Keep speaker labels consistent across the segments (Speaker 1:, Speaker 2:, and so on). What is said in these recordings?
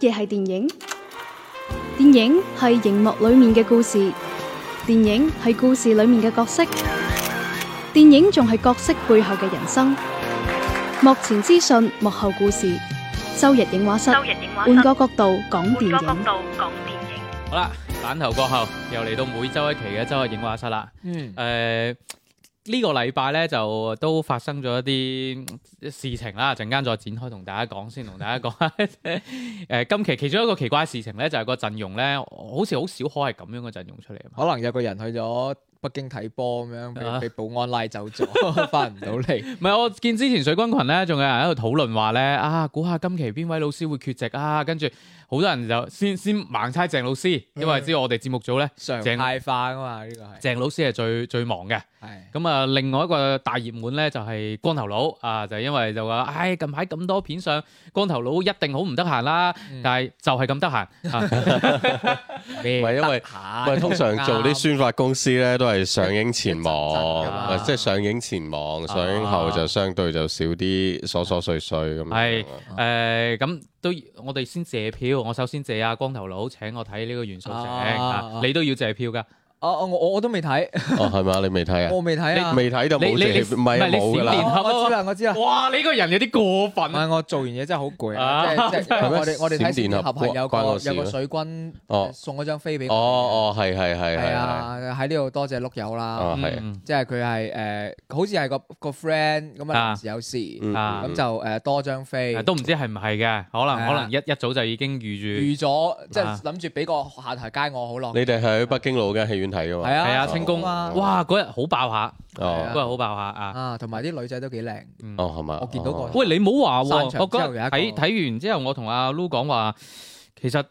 Speaker 1: 嘢係電影？電影係熒幕裏面嘅故事，電影係故事裏面嘅角色，電影仲係角色背後嘅人生。幕前資訊，幕後故事。周日映畫室，
Speaker 2: 周日映畫室
Speaker 1: 換個角度講電
Speaker 2: 換個角
Speaker 1: 影。
Speaker 2: 度講電影。
Speaker 3: 好啦，版頭過後又嚟到每周一期嘅周日影畫室啦。
Speaker 4: 嗯，
Speaker 3: 诶、呢、個禮拜咧就都發生咗一啲事情啦，陣間再展開同大家講先，同大家講 下。诶、今期其中一個奇怪嘅事情咧，就係個陣容咧，好似好少可係咁樣嘅陣容出嚟啊嘛。
Speaker 4: 可能有個人去咗北京睇波咁
Speaker 3: 啊
Speaker 4: 樣，俾俾保安拉走 咗，翻唔到嚟。
Speaker 3: 唔係，我見之前水軍群咧，仲有人喺度討論話咧，啊，估下今期邊位老師會缺席啊？跟住好多人就先先盲猜鄭老師，因為知道我哋節目組咧，
Speaker 4: 常
Speaker 3: 正
Speaker 4: 態化噶嘛，呢個係
Speaker 3: 鄭老師係最最忙嘅。
Speaker 4: 係
Speaker 3: 咁啊，另外一個大熱門咧就係光頭佬啊，就係因為就話，唉，近排咁多片上，光頭佬一定好唔得閒啦
Speaker 4: 嗯，
Speaker 3: 但係就係咁得閒 啊，
Speaker 4: 咩
Speaker 5: 唔係因為
Speaker 4: 下
Speaker 5: 唔係通常做啲宣發公司咧，都係上映前
Speaker 4: 一陣陣㗎
Speaker 5: 忙，
Speaker 4: 嘛
Speaker 5: 或者即係上映前忙，上映後就相對就少啲瑣瑣碎碎咁樣。
Speaker 3: 係誒咁都我哋先借票，我首先借啊光頭佬請我睇呢個元素城，啊
Speaker 4: 啊
Speaker 3: 你都要借票噶，
Speaker 4: 啊我我我都未睇，
Speaker 5: 哦，係嘛？你未睇
Speaker 4: 我
Speaker 5: 啊？
Speaker 4: 未睇啊，
Speaker 5: 未睇就冇
Speaker 3: 你你
Speaker 5: 借，
Speaker 3: 你
Speaker 5: 唔係啊
Speaker 3: 唔係你
Speaker 5: 冇㗎啦
Speaker 3: 閃。電
Speaker 4: 哦我知啦，我 知啦。
Speaker 3: 哇！你個人有啲過
Speaker 4: 唔
Speaker 3: 分啊，
Speaker 4: 係我做完嘢真係好攰
Speaker 3: 啊
Speaker 4: 啊！即係即 係
Speaker 5: 係咩
Speaker 4: 我哋我哋睇閃
Speaker 5: 閃
Speaker 4: 電
Speaker 5: 電俠
Speaker 4: 俠係有
Speaker 5: 關我
Speaker 4: 個
Speaker 5: 事咩啊
Speaker 4: 有個水軍
Speaker 5: 哦
Speaker 4: 送咗張飛俾我
Speaker 5: 哦
Speaker 4: 哋嘅。
Speaker 5: 哦，係係係
Speaker 4: 係
Speaker 5: 係係，
Speaker 4: 啊！喺呢度多謝碌友啦
Speaker 5: 哦，係
Speaker 3: 嗯
Speaker 4: 即係佢係誒，好似係個個 friend 咁
Speaker 3: 啊
Speaker 4: 啊，臨時有事
Speaker 5: 嗯
Speaker 3: 啊
Speaker 4: 咁就誒多張飛
Speaker 3: 啊。都唔知係唔係嘅，可能
Speaker 4: 係啊
Speaker 3: 可能一一早就已經預住。
Speaker 4: 預咗，即
Speaker 3: 啊
Speaker 4: 係諗住俾個下台階我好落。
Speaker 5: 你哋係喺北京路間戲院睇㗎嘛？
Speaker 4: 係啊
Speaker 3: 係啊，清宮，
Speaker 4: 啊
Speaker 3: 哇！嗰日好爆下，嗰日
Speaker 5: 哦
Speaker 4: 係
Speaker 3: 好爆下啊！
Speaker 4: 啊，同埋啲女仔都幾靚，
Speaker 3: 嗯
Speaker 5: 哦係嘛？
Speaker 4: 我見到過
Speaker 5: 哦
Speaker 3: 喂，你唔好話
Speaker 4: 散
Speaker 3: 喎，
Speaker 4: 場
Speaker 3: 我
Speaker 4: 之後有
Speaker 3: 覺
Speaker 4: 一
Speaker 3: 得
Speaker 4: 個
Speaker 3: 睇睇完之後，我同阿 Lu 講話，其實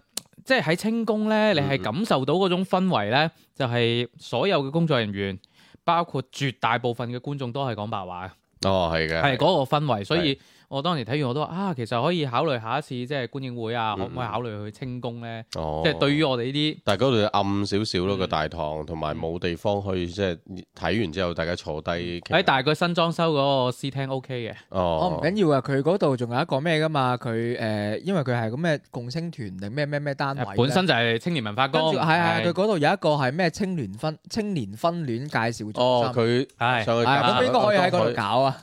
Speaker 3: 即係喺清宮咧，你係
Speaker 5: 嗯
Speaker 3: 感受到嗰種氛圍咧，就係所有嘅工作人員，包括絕大部分嘅觀眾都係講白話
Speaker 5: 哦係
Speaker 3: 嘅，
Speaker 5: 嘅，
Speaker 3: 係嗰個氛圍。所以我當年睇完我都話啊，其實可以考慮下一次即係觀影會啊，
Speaker 5: 嗯
Speaker 3: 可唔可以考慮去清宮咧？
Speaker 5: 哦
Speaker 3: 即係對於我哋呢啲
Speaker 5: 但係嗰度暗少少咯，個
Speaker 3: 嗯
Speaker 5: 大堂同埋冇地方去，即係睇完之後大家坐低傾。
Speaker 3: 喺大係佢新裝修嗰個私廳 OK 嘅，
Speaker 4: 我
Speaker 5: 哦
Speaker 4: 唔緊要啊！佢嗰度仲有一個咩噶嘛？佢誒，因為佢係個咩共青團定咩咩咩單位呢
Speaker 3: 啊本身就係青年文化
Speaker 4: 跟
Speaker 3: 宮，
Speaker 4: 住係係佢嗰度有一個係咩青年婚青年婚戀介紹中
Speaker 5: 哦，
Speaker 4: 心，
Speaker 5: 佢
Speaker 3: 係
Speaker 5: 上去
Speaker 4: 係啊
Speaker 5: 搞
Speaker 4: 咁應該可以喺嗰 度搞啊。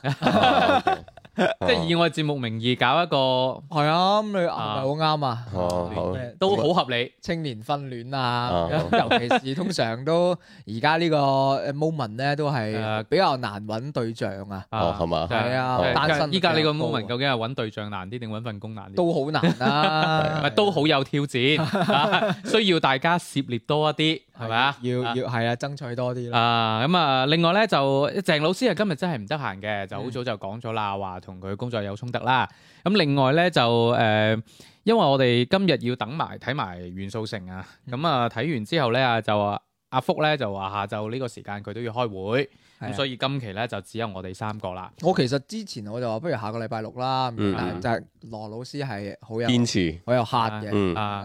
Speaker 5: 哦
Speaker 3: 即係以我哋節目名義搞一個
Speaker 4: 係啊，咁你係咪好啱啊？
Speaker 5: 哦好
Speaker 4: 咩
Speaker 3: 都好合理。
Speaker 4: 青年婚戀
Speaker 5: 啊
Speaker 4: 啊，尤其是通常都而家呢個呃 moment 咧，都
Speaker 3: 誒
Speaker 4: 係比較難揾對象啊，
Speaker 3: 啊
Speaker 5: 哦係嘛
Speaker 3: 就係
Speaker 4: 係啊
Speaker 3: 即係
Speaker 4: 單身
Speaker 3: 依家
Speaker 4: 比較
Speaker 3: 你個
Speaker 4: 高啊
Speaker 3: moment 究竟係揾對象難啲定揾份工難啲？
Speaker 4: 都好難
Speaker 3: 唔
Speaker 5: 啊
Speaker 4: 啦
Speaker 3: 係。都好有挑 戰，啊需要大家涉獵多一啲，係咪啊？
Speaker 4: 要
Speaker 3: 啊
Speaker 4: 要係啊，爭取多啲啦。
Speaker 3: 啊咁啊！另外咧就鄭老師啊，今日真係唔得閒嘅，就好
Speaker 4: 嗯
Speaker 3: 早就講咗啦，話同佢工作有衝突啦。咁另外咧就誒、呃因為我哋今日要等埋睇埋元素城啊，
Speaker 4: 嗯
Speaker 3: 咁啊睇完之後咧啊就話阿福咧就話下晝呢個時間佢都要開會，
Speaker 4: 係
Speaker 3: 咁
Speaker 4: 啊
Speaker 3: 所以今期咧就只有我哋三個啦。
Speaker 4: 我其實之前我就話不如下個禮拜六啦，
Speaker 5: 嗯
Speaker 4: 但但係羅老師係好有
Speaker 5: 堅持，
Speaker 4: 好有客嘅，
Speaker 5: 嗯，
Speaker 3: 啊，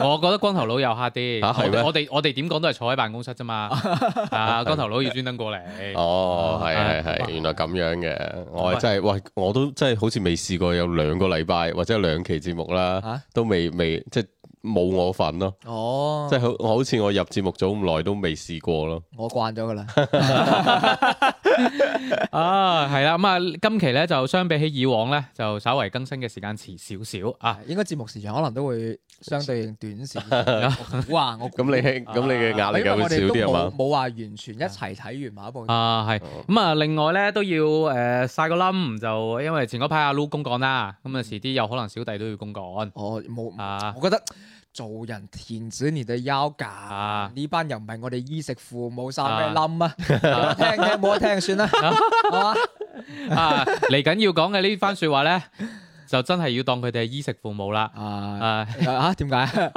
Speaker 3: 我覺得光頭佬又黑 啲，
Speaker 5: 啊
Speaker 3: 我
Speaker 5: 係咩
Speaker 3: 哋我哋我哋點講都係坐喺辦公室啫嘛， 啊，光頭佬要專登過嚟，
Speaker 5: 哦，係
Speaker 3: 啊
Speaker 5: 係係，原來咁樣嘅，我係真係，喂，我都真係好似未試過有兩個禮拜或者兩期節目啦
Speaker 4: 啊，
Speaker 5: 都未未即係冇我份咯，
Speaker 4: 哦
Speaker 5: 即，係好我好似我入節目組咁耐都未試過咯，
Speaker 4: 我慣咗噶 啦，
Speaker 3: 啊，係啦，咁啊，今期咧就相比起以往咧，就稍為更新嘅時間遲少少啊，
Speaker 4: 應該節目時長可能都會相對應短少 少。哇，我
Speaker 5: 啊咁你咁你嘅壓力
Speaker 4: 啊因為
Speaker 5: 就會
Speaker 4: 我
Speaker 5: 少
Speaker 4: 哋都
Speaker 5: 啲係嘛
Speaker 4: 冇？冇話完全一齊睇完某一部
Speaker 3: 啊係，咁啊，另外咧都要誒晒個冧，就因為前嗰排阿 Lu 公幹啦，咁啊遲啲有可能小弟都要公幹
Speaker 4: 我冇，
Speaker 3: 啊
Speaker 4: 我覺得做人填子你哋腰
Speaker 5: 啊
Speaker 4: 架，呢班又唔係我哋衣食父母，生咩冧啊？ 有得聽嘅冇得聽算啦，係嘛？
Speaker 3: 啊，嚟緊要講嘅呢番説話咧，就真係要當佢哋係衣食父母啦，
Speaker 4: 啊
Speaker 3: 啊。
Speaker 4: 啊點解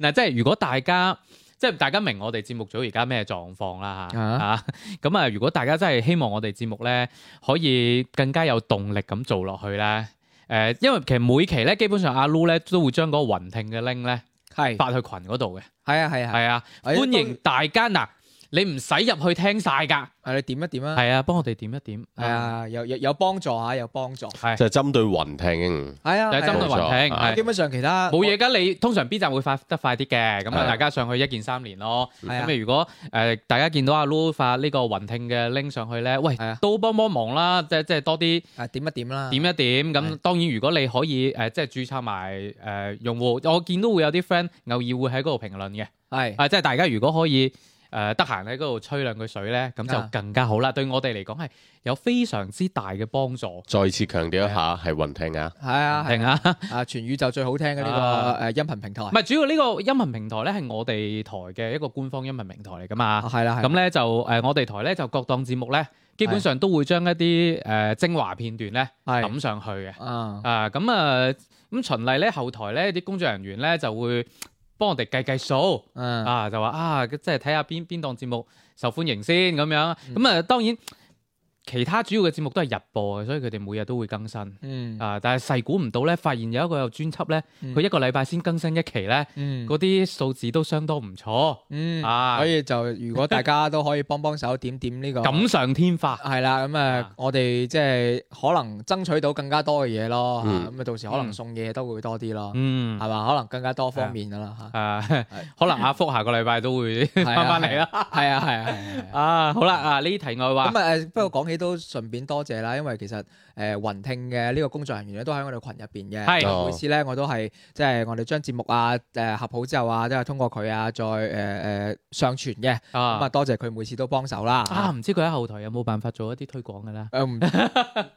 Speaker 3: 嗱，即係如果大家即係大家明我哋節目組而家咩狀況啦嚇
Speaker 4: 啊
Speaker 3: 啊咁啊，如果大家真係希望我哋節目咧可以更加有動力咁做落去咧。誒、因為其實每期咧，基本上阿 Lu 咧都會將嗰個雲聽嘅 link 咧
Speaker 4: 係
Speaker 3: 發去群嗰度嘅，
Speaker 4: 係啊係啊
Speaker 3: 係啊，
Speaker 4: 哎
Speaker 3: 歡迎大家嗱，你唔使入去聽晒㗎。
Speaker 4: 啊，你點一點啊，
Speaker 3: 係啊，幫我哋點一點。
Speaker 4: 係，啊，有有有幫助啊，有幫助，係
Speaker 5: 就係針對雲聽，
Speaker 4: 啊，
Speaker 3: 就係針對
Speaker 4: 係啊
Speaker 3: 雲聽。
Speaker 5: 冇錯
Speaker 3: 係
Speaker 4: 基本上其他
Speaker 3: 冇嘢㗎，你通常 B 站會發得快啲嘅，咁
Speaker 5: 係
Speaker 3: 啊大家上去一鍵三連咯。
Speaker 4: 係啊
Speaker 3: 咁啊如果誒大家見到阿 Lu 發呢個雲聽嘅拎上去咧，喂
Speaker 4: 係啊
Speaker 3: 都幫幫忙啦，即係即係多啲
Speaker 4: 啊點一點啦，
Speaker 3: 點一點。咁
Speaker 4: 係
Speaker 3: 當然如果你可以誒即係註冊埋誒用戶，我見到會有啲 friend 偶爾會喺嗰度評論嘅。
Speaker 4: 係
Speaker 3: 啊，即係大家如果可以誒得閒喺嗰度吹兩句水咧，咁
Speaker 4: 啊
Speaker 3: 就更加好啦。對我哋嚟講係有非常之大嘅幫助。
Speaker 5: 再次強調一下係雲聽啊，
Speaker 4: 係啊，係
Speaker 3: 停啊！
Speaker 4: 啊，全宇宙最好聽嘅呢
Speaker 3: 啊
Speaker 4: 個誒音頻平台
Speaker 3: 唔，係主要呢個音頻平台咧係我哋台嘅一個官方音頻平台嚟噶嘛。
Speaker 4: 啊係啦，係啦
Speaker 3: 咁咧就誒、我哋台咧就各檔節目咧，基本上都會將一啲誒、精華片段咧
Speaker 4: 係
Speaker 3: 抌上去嘅。
Speaker 4: 啊，
Speaker 3: 啊，咁啊，咁循例咧，後台咧啲工作人員咧就會幫我哋計計數。
Speaker 4: 嗯，
Speaker 3: 啊，就話啊，即係睇下邊邊檔節目受歡迎先咁樣。咁啊，當然其他主要嘅節目都係日播嘅，所以佢哋每日都會更新。
Speaker 4: 嗯，
Speaker 3: 啊，但係細估唔到咧，發現有一個有專輯咧，
Speaker 4: 嗯
Speaker 3: 佢一個禮拜先更新一期咧，
Speaker 4: 嗯，
Speaker 3: 嗰啲數字都相當唔錯，
Speaker 4: 嗯，
Speaker 3: 啊
Speaker 4: 所以就如果大家都可以幫幫手點點呢個。
Speaker 3: 錦上添花。
Speaker 4: 係啦，咁啊
Speaker 3: 啊，
Speaker 4: 我哋即係可能爭取到更加多嘅嘢咯，
Speaker 5: 嗯
Speaker 4: 嚇咁啊，到時可能
Speaker 3: 嗯
Speaker 4: 送嘢都會多啲咯，
Speaker 3: 嗯，
Speaker 4: 係嘛？可能更加多方面噶啦嚇，
Speaker 3: 啊， 可能阿福下個禮拜都會翻
Speaker 4: 係啊
Speaker 3: 翻嚟啦。
Speaker 4: 係啊係啊係啊。
Speaker 3: 啊，好啦，啊呢題外話
Speaker 4: 咁，啊，誒不過講起都順便多謝啦，因為其實誒雲聽嘅呢個工作人員咧都喺我哋群入邊嘅，
Speaker 3: 係
Speaker 4: 咁每次咧我都係即係我哋將節目啊誒合好之後啊，都係通過佢啊再誒誒上傳嘅，咁啊
Speaker 3: 啊
Speaker 4: 多謝佢每次都幫手啦。
Speaker 3: 啊，唔知佢喺後台有冇辦法做一啲推廣嘅咧？
Speaker 4: 誒唔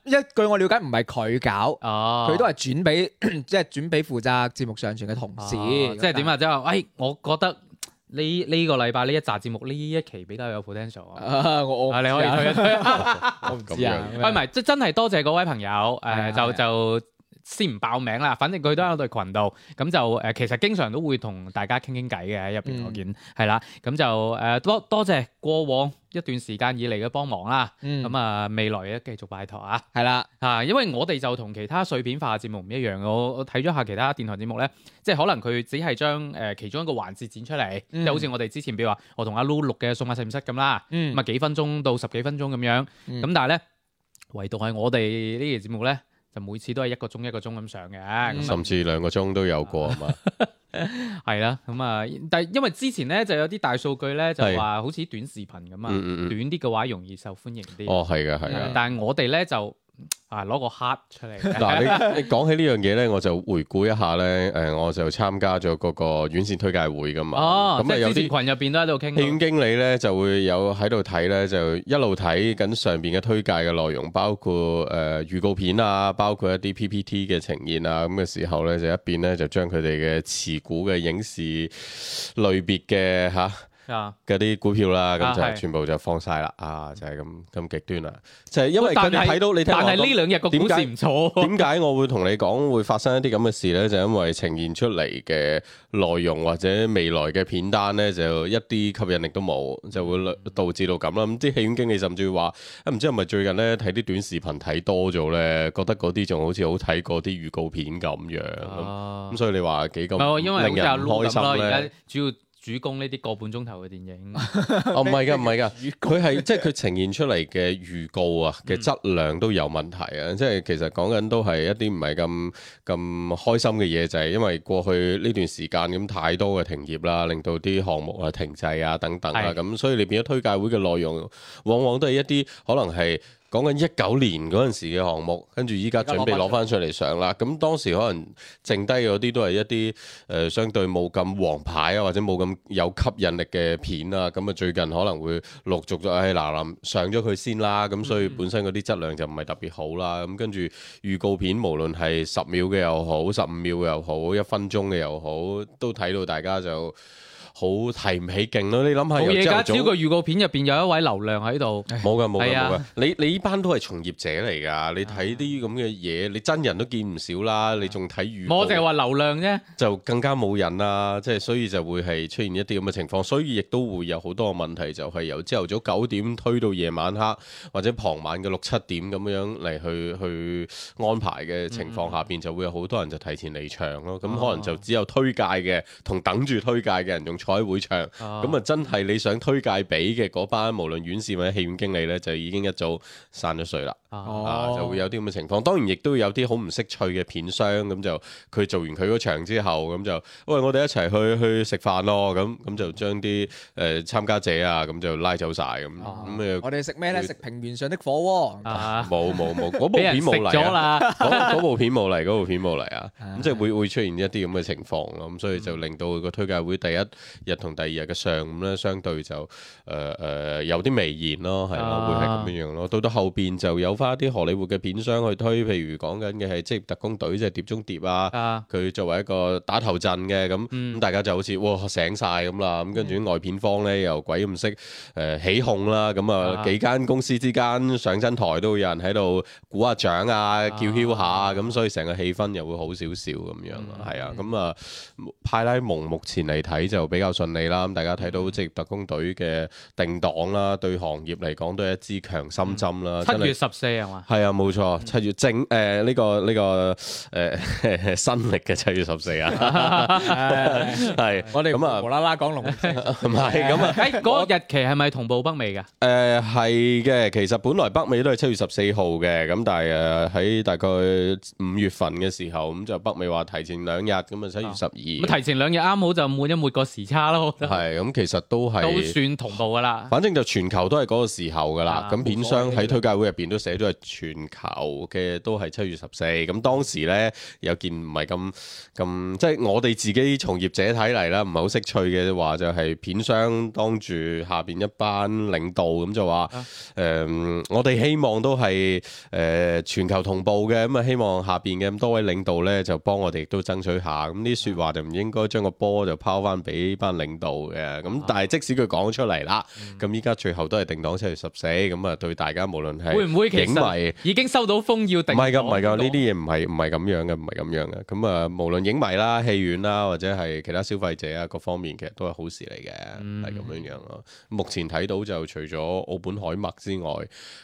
Speaker 4: 一據我了解唔係佢搞，
Speaker 3: 哦，
Speaker 4: 佢都係轉俾 即係轉俾負責節目上傳嘅同事，
Speaker 3: 哦即係點
Speaker 4: 啊？
Speaker 3: 啊？即係話，哎，我覺得呢呢個禮拜呢一集節目呢一期比較有 potential 啊。
Speaker 4: 我我
Speaker 3: 啊，你可以推一
Speaker 4: 佢，
Speaker 3: 推。
Speaker 4: 我唔知啊
Speaker 5: 咁。
Speaker 3: 喂，唔係，即真係多謝嗰位朋友，
Speaker 4: 啊
Speaker 3: 誒就就先唔爆名啦，反正佢都喺我哋群度，咁就誒其實經常都會同大家傾傾偈嘅喺入
Speaker 4: 嗯
Speaker 3: 邊，我見係啦，咁就誒多多謝過往一段時間以嚟嘅幫忙啦，
Speaker 4: 嗯
Speaker 3: 咁啊未來咧繼續拜託啊。
Speaker 4: 係啦，
Speaker 3: 啊，因為我哋就同其他碎片化嘅節目唔一樣，我我睇咗下其他電台節目咧，即係可能佢只係將誒其中一個環節剪出嚟，
Speaker 4: 嗯
Speaker 3: 即係好似我哋之前，比如話我同阿 Lu 錄嘅《數碼實驗室》咁啦，
Speaker 4: 嗯
Speaker 3: 咁啊幾分鐘到十幾分鐘咁樣，咁、
Speaker 4: 嗯
Speaker 3: 但係咧，唯獨係我哋呢期節目咧，就每次都係一個鐘一個鐘咁上嘅，
Speaker 4: 嗯
Speaker 3: 咁啊
Speaker 5: 甚至兩個鐘都有過啊 嘛，
Speaker 3: 係啦，咁啊，但係因為之前咧就有啲大數據咧就
Speaker 5: 係
Speaker 3: 話好似短視頻咁啊，
Speaker 5: 嗯嗯嗯，
Speaker 3: 短啲嘅話容易受歡迎啲，
Speaker 5: 哦係嘅係
Speaker 3: 係啊
Speaker 5: 嘅。
Speaker 3: 但係我哋咧就啊攞個 hard 出嚟，
Speaker 5: 嗱，你你講起呢樣嘢咧，我就回顧一下咧，誒，我就參加咗嗰個院線推介會噶嘛，
Speaker 3: 哦，
Speaker 5: 咁
Speaker 3: 即
Speaker 5: 啊
Speaker 3: 係
Speaker 5: 有
Speaker 3: 之前
Speaker 5: 啲
Speaker 3: 群入邊都喺度傾
Speaker 5: 戲院
Speaker 3: 到。
Speaker 5: 經理咧就會有喺度睇咧，就一路睇緊上邊嘅推介嘅內容，包括誒、呃、預告片啊，包括一啲 PPT 嘅呈現啊，咁嘅時候咧就一邊咧就將佢哋嘅持股嘅影視類別嘅嚇。
Speaker 3: 啊，
Speaker 5: 嗰啲股票
Speaker 3: 啊
Speaker 5: 啦，咁就
Speaker 3: 係
Speaker 5: 全部就放晒啦，啊，就係咁咁極端啦，就係因為佢
Speaker 3: 但
Speaker 5: 哋
Speaker 3: 係
Speaker 5: 睇到你聽
Speaker 3: 但
Speaker 5: 我
Speaker 3: 係
Speaker 5: 講
Speaker 3: 呢兩日個股
Speaker 5: 點
Speaker 3: 市
Speaker 5: 解
Speaker 3: 唔錯，
Speaker 5: 點解我會同你講會發生一啲咁嘅事呢？就因為呈現出嚟嘅內容或者未來嘅片單呢，就一啲吸引力都冇，就會導致到咁啦。咁啲戲院經理甚至會話：啊唔知係咪最近呢睇啲短視頻睇多咗呢？覺得嗰啲仲好似好睇過啲預告片咁樣。 咁
Speaker 3: 啊
Speaker 5: 咁所以你話幾
Speaker 3: 唔係喎
Speaker 5: 咁
Speaker 3: 因為
Speaker 5: 令
Speaker 3: 好似阿
Speaker 5: 人唔
Speaker 3: Lu
Speaker 5: 開
Speaker 3: 咁啦，
Speaker 5: 心
Speaker 3: 而
Speaker 5: 呢？
Speaker 3: 家主要主攻呢啲個半鐘頭嘅電影，
Speaker 5: 哦，唔係㗎，唔係㗎，佢係即係佢呈現出嚟嘅預告啊嘅質量都有問題啊！即係其實講緊都係一啲唔係咁咁開心嘅嘢，就係因為過去呢段時間咁太多嘅停業啦，令到啲項目啊停滯啊等等啊，
Speaker 3: 係
Speaker 5: 咁所以你變咗推介會嘅內容，往往都係一啲可能係。講緊一九年嗰陣時嘅項目，跟住依家準備攞翻出嚟上啦。咁當時可能剩低嗰啲都係一啲誒、呃相對冇咁黃牌啊，或者冇咁有吸引力嘅片啊。咁啊最近可能會陸續就誒嗱嗱上咗佢先啦。咁所以本身嗰啲質量就唔係特別好啦。咁跟住預告片無論係十秒嘅又好，十五秒嘅又好，一分鐘嘅又好，都睇到大家就好提唔起勁咯。你諗下
Speaker 3: 冇
Speaker 5: 由
Speaker 3: 嘢㗎。
Speaker 5: 朝
Speaker 3: 只要
Speaker 5: 頭
Speaker 3: 個
Speaker 5: 早
Speaker 3: 預告片入邊有一位流量喺度，
Speaker 5: 冇噶冇噶
Speaker 3: 係啊
Speaker 5: 冇噶，你你呢班都係從業者嚟㗎，你睇啲咁嘅嘢，你真人都見唔少啦，你仲睇預告，
Speaker 3: 啊我淨係話流量啫。
Speaker 5: 就更加冇人啦，即係所以就會係出現一啲咁嘅情況，所以亦都會有好多嘅問題，就係由朝頭早九點推到夜晚黑，或者傍晚嘅六七點咁樣嚟去去安排嘅情
Speaker 3: 嗯
Speaker 5: 況
Speaker 3: 啊
Speaker 5: 下邊，就會有好多人就提前離場咯。咁可能就只有推介嘅同等住推介嘅人仲彩會唱。
Speaker 3: 哦
Speaker 5: 咁啊，真係你想推介俾嘅嗰班，無論院士或者戲院經理咧，就已經一早散咗水啦。
Speaker 3: 哦
Speaker 5: 啊，就會有啲咁嘅情況。當然亦都有啲好唔識趣嘅片商，咁就佢做完佢嗰場之後，咁就喂我哋一齊去去食飯咯，咁咁就將啲誒參加者啊，咁就拉走晒咁，
Speaker 3: 哦
Speaker 5: 咁誒
Speaker 4: 啊我哋食咩咧？食平原上的火鍋。
Speaker 3: 啊，
Speaker 5: 冇冇冇，嗰部
Speaker 3: 俾人
Speaker 5: 片
Speaker 3: 食
Speaker 5: 冇嚟
Speaker 3: 咗
Speaker 5: 啊。
Speaker 3: 啦，
Speaker 5: 嗰嗰部片冇嚟，嗰部片冇嚟啊！
Speaker 4: 啊
Speaker 5: 咁即係會會出現一啲咁嘅情況咯，咁所以就令到個推介會第一日同第二日嘅上午咧，相對就誒誒、呃有啲微言咯，係咯，
Speaker 3: 啊
Speaker 5: 會係咁樣樣咯。到到後邊就有翻啲荷里活嘅片商去推，譬如講緊嘅係職業特工隊，即係碟中諜啊。
Speaker 3: 啊，
Speaker 5: 佢作為一個打頭陣嘅咁，咁、
Speaker 3: 嗯
Speaker 5: 大家就好似哇醒晒咁啦，咁跟住啲外片方咧又鬼咁識誒起哄啦，咁啊
Speaker 3: 啊
Speaker 5: 幾間公司之間上真台都會有人喺度鼓下掌啊，叫囂下，咁所以成個氣氛又會好少少咁樣啊，
Speaker 3: 嗯
Speaker 5: 係啊，咁啊派拉蒙目前嚟睇就比較順利啦，咁大家睇到
Speaker 3: 嗯
Speaker 5: 職業特工隊嘅定檔啦，對行業嚟講都係一支強心針啦，真
Speaker 3: 嗯七
Speaker 5: 係
Speaker 3: 月十四係嘛？
Speaker 5: 係啊，冇錯，七月正誒呢個呢、個誒、新歷嘅七月十四啊，係
Speaker 4: 我哋
Speaker 5: 咁
Speaker 4: 無
Speaker 5: 啊，
Speaker 4: 啦啦講龍門陣，
Speaker 5: 唔 係咁啊，
Speaker 3: 誒，嗰個日期係咪同步北美㗎？
Speaker 5: 誒係嘅，其實本來北美都係七月十四號嘅，咁但係誒喺大概五月份嘅時候，咁就北美話提前兩日，咁啊七月十
Speaker 3: 咁
Speaker 5: 二，
Speaker 3: 提前兩日啱好就抹一抹個時差咯，我覺得
Speaker 5: 係咁其實都
Speaker 3: 都
Speaker 5: 係。
Speaker 3: 算同步㗎啦。
Speaker 5: 反正就全球都係嗰個時候㗎啦
Speaker 3: 啊。
Speaker 5: 咁、片商喺推介會入邊都寫咗係全球嘅都係七月十四。咁當時呢，有件唔係咁咁，即係我哋自己從業者睇嚟啦，唔係好識趣嘅話就係片商當住下邊一班領導咁就話誒、嗯我哋希望都係誒、全球同步嘅，咁啊希望下邊嘅咁多位領導呢，就幫我哋亦都爭取下。咁啲
Speaker 3: 嗯
Speaker 5: 説話就唔應該將個波就拋翻俾班領導嘅。咁
Speaker 3: 嗯
Speaker 5: 但係即使佢講出嚟啦。咁依家最後都係定檔七月十四，咁啊對大家無論係
Speaker 3: 會唔會其
Speaker 5: 影迷
Speaker 3: 實。已經收到風要定
Speaker 5: 唔係㗎，唔係㗎，
Speaker 3: 檔
Speaker 5: 呢啲嘢唔係唔係咁樣嘅，唔係咁樣嘅。咁啊，無論影迷啦、戲院啦，或者係其他消費者啊，各方面其實都係好事嚟嘅，係咁樣樣咯。目前睇到就除咗澳本海默之外，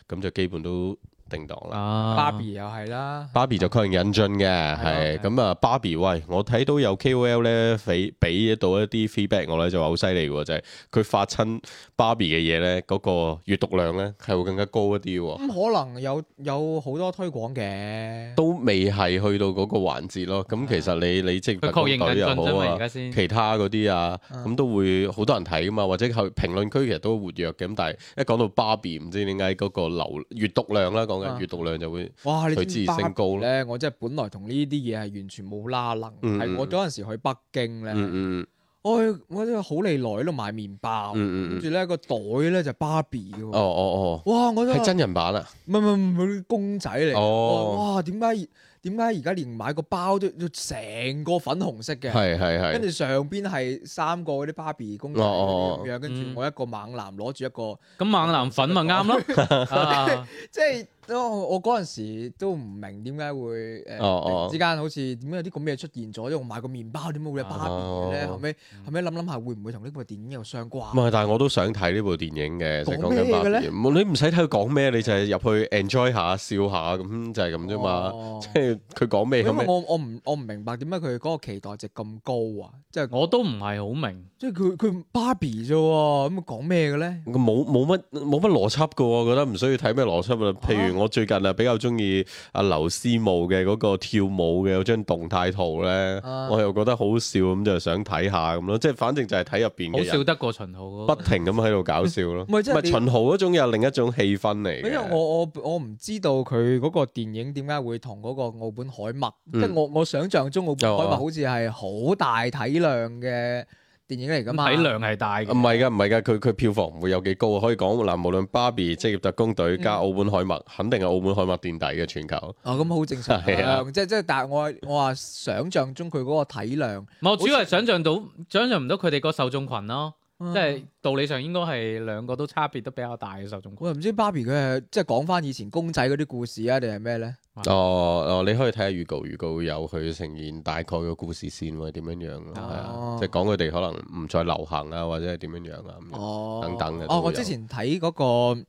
Speaker 5: 咁就基本都定檔啦。
Speaker 3: 啊
Speaker 4: 芭比又係啦，
Speaker 5: 芭比就確認引進嘅，係咁啊！芭比喂，我睇到有 KOL 咧俾俾到一啲 feedback 我咧，就話好犀利喎，就係佢發親芭比嘅嘢咧，嗰個閱讀量咧係會更加高一啲喎。
Speaker 4: 咁可能有有好多推廣嘅。
Speaker 5: 都未係去到嗰個環節咯。咁其實你你
Speaker 3: 佢
Speaker 5: 職業特
Speaker 3: 確
Speaker 5: 工
Speaker 3: 認緊
Speaker 5: 隊又
Speaker 3: 進啫
Speaker 5: 好
Speaker 3: 嘛，而
Speaker 5: 啊，
Speaker 3: 家先
Speaker 5: 其他嗰啲啊，
Speaker 4: 嗯
Speaker 5: 咁都會好多人睇噶嘛，或者係評論區其實都活躍嘅。咁但係一講到芭比，唔知點解嗰個流閱讀量啦，講緊
Speaker 4: 啊
Speaker 5: 閱讀量就會
Speaker 4: 哇！你
Speaker 5: 隨
Speaker 4: 知
Speaker 5: 之
Speaker 4: 唔知
Speaker 5: 而升高
Speaker 4: 芭
Speaker 5: 咯
Speaker 4: 比咧？我真係本來同呢啲嘢係完全冇拉能，
Speaker 5: 嗯
Speaker 4: 係
Speaker 5: 嗯
Speaker 4: 我嗰陣時去北京咧，
Speaker 5: 嗯嗯
Speaker 4: 我去我喺好利來嗰度買麵包，跟
Speaker 5: 嗯嗯嗯，
Speaker 4: 住咧個袋咧就芭比嘅喎。
Speaker 5: 哦哦
Speaker 4: 哇！我
Speaker 5: 哦，
Speaker 4: 都
Speaker 5: 係真人版啊，
Speaker 4: 唔係唔係唔係公仔嚟嘅。
Speaker 5: 哦
Speaker 4: 哇！哇點解點解而家連買個包都要成個粉紅色嘅？
Speaker 5: 係係
Speaker 4: 跟
Speaker 5: 係，
Speaker 4: 住上邊係三個嗰啲芭比公仔
Speaker 5: 哦
Speaker 4: 嗰
Speaker 5: 哦
Speaker 4: 啲
Speaker 5: 哦
Speaker 4: 咁樣，跟
Speaker 3: 嗯
Speaker 4: 住我一個猛男攞住一個，
Speaker 3: 咁猛男粉咪 啱咯。啊
Speaker 4: 即係都我嗰陣時都唔明點解會誒
Speaker 5: 哦哦
Speaker 4: 突然之間好似點解有啲咁嘅嘢出現咗，因為我買個麵包點解會有芭比嘅咧？
Speaker 5: 哦
Speaker 4: 後尾後尾諗諗下會唔會同呢部電影有相
Speaker 5: 唔
Speaker 4: 關？
Speaker 5: 係，但係我都想睇呢部電影嘅，就係
Speaker 4: 講
Speaker 5: 講
Speaker 4: 咩
Speaker 5: 緊芭
Speaker 4: 嘅
Speaker 5: 比。
Speaker 4: 咧
Speaker 5: 冇你唔使睇佢講咩，你就係入去 enjoy 下、笑下，咁就係咁啫嘛。
Speaker 4: 哦
Speaker 5: 即係 佢講咩
Speaker 4: 因
Speaker 5: 咁
Speaker 4: 為
Speaker 5: 咩？
Speaker 4: 我我唔我唔明白點解佢嗰個期待值咁高啊！即係
Speaker 3: 我都唔係好明，
Speaker 4: 即係佢佢芭比啫喎，咁講咩嘅咧？
Speaker 5: 咁冇冇乜冇乜邏輯嘅喎，我覺得唔需要睇咩邏輯啦。譬如我最近啊比較中意阿劉思慕嘅嗰個跳舞嘅嗰張動態圖咧，
Speaker 4: 啊
Speaker 5: 我又覺得好笑，咁就想睇下咁咯。即係反正就係睇入邊
Speaker 3: 好
Speaker 5: 嘅
Speaker 3: 笑
Speaker 5: 人
Speaker 3: 得過秦昊嗰個
Speaker 5: 不停咁喺度搞笑咯。
Speaker 4: 唔係即係你
Speaker 5: 秦豪嗰種又另一種氣氛嚟
Speaker 4: 因為
Speaker 5: 嘅。
Speaker 4: 我我我唔知道佢嗰個電影點解會同嗰個澳本海默，
Speaker 5: 嗯啊
Speaker 4: 即係我我想象中澳本海默好似係好大體量嘅電影嚟噶嘛。
Speaker 3: 咁體量係大嘅，
Speaker 5: 唔係㗎，唔係㗎，佢佢票房唔會有幾高，可以講嗱，無論芭比、職業特工隊加澳本海默，肯定係澳本海默墊底嘅全球。
Speaker 4: 哦，咁好正常，
Speaker 5: 係啊
Speaker 4: 即係即係，但係我我話想象中佢嗰個體量，
Speaker 3: 唔係我主要係想像到想像唔到佢哋個受眾群咯，即
Speaker 4: 即
Speaker 3: 係道理上應該係兩個都差別都比較大嘅受眾群。
Speaker 4: 我又唔知芭比佢係即係講翻以前公仔嗰啲故事啊，定係咩咧？
Speaker 5: 哦哦，你可以睇下預告，預告有佢呈現大概嘅故事線會點樣樣咯，係啊
Speaker 4: 哦，
Speaker 5: 即係講佢哋可能唔再流行啊，或者係點樣樣啊咁樣。
Speaker 4: 哦，
Speaker 5: 等等嘅都
Speaker 4: 哦，我
Speaker 5: 有
Speaker 4: 之前睇嗰個，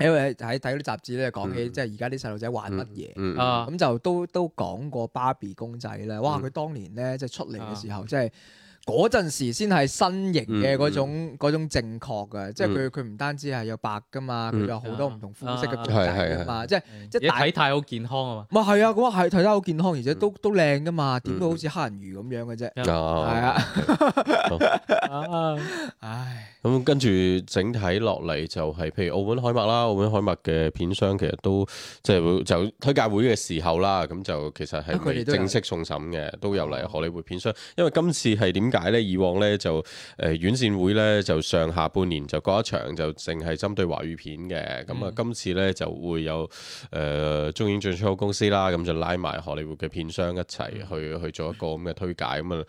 Speaker 4: 因為喺睇啲雜誌咧講起，即係而家啲細路仔玩乜嘢。
Speaker 5: 嗯，嗯
Speaker 3: 啊
Speaker 4: 咁就都都講過芭比公仔咧，哇！
Speaker 5: 嗯啊
Speaker 4: 佢當年咧即係出嚟嘅時候，即係嗰陣時先係新型
Speaker 5: 嗯
Speaker 4: 嘅嗰種嗰種正確嘅，即係佢佢唔單止係有白噶嘛，佢
Speaker 5: 嗯
Speaker 4: 有好多唔同膚色嘅
Speaker 3: 啊
Speaker 4: 公仔噶嘛，即係即
Speaker 3: 而
Speaker 4: 係
Speaker 3: 家
Speaker 4: 大
Speaker 3: 體態好健康 啊嘛，
Speaker 4: 咪係啊？嗰個係睇得好健康，而
Speaker 5: 嗯
Speaker 4: 且都都靚噶嘛，點會好似黑人魚咁樣嘅啫？係
Speaker 5: 啊，
Speaker 4: 啊，
Speaker 3: 啊
Speaker 4: 唉，
Speaker 5: 咁跟住整體落嚟就係，譬如澳門海默啦，澳門海默嘅片商其實都即係會就推介會嘅時候啦，咁就其實
Speaker 4: 啊
Speaker 5: 係
Speaker 4: 佢哋
Speaker 5: 未
Speaker 4: 都有
Speaker 5: 正式送審嘅，都有嚟荷里活片商。因為今次係點解呢？以往呢，就誒、呃、院線會呢，就上下半年就各一場，就淨係針對華語片嘅。咁啊、
Speaker 4: 嗯
Speaker 5: 今次呢，就會有誒、呃、中影進出口公司啦，咁就拉埋荷里活嘅片商一齊
Speaker 4: 嗯
Speaker 5: 去去做一個咁嘅推介咁啊。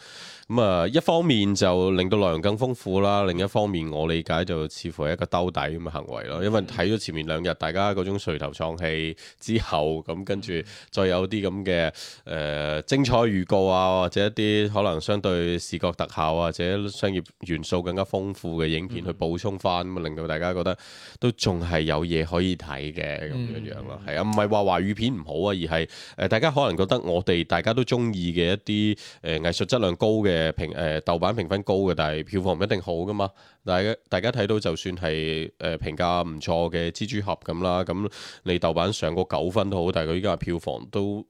Speaker 5: 咁啊，一方面就令到內容更豐富啦，另一方面我理解就似乎係一個兜底咁嘅行為咯。因為睇咗前面兩日大家嗰種垂頭喪氣之後，咁跟住再有啲咁嘅誒精彩預告啊，或者一啲可能相對視覺特效啊或者商業元素更加豐富嘅影片去補充翻，咁啊令到大家覺得都仲係有嘢可以睇嘅咁樣樣咯。係啊，唔係話華語片唔好啊，而係誒、呃大家可能覺得我哋大家都中意嘅一啲誒、呃、藝術質量高嘅評誒、呃、豆瓣評分高嘅，但係票房唔一定好噶嘛。大家大家睇到就算係誒、呃、評價唔錯嘅蜘蛛俠咁啦，咁你豆瓣上個九分都好，但係佢依家嘅票房都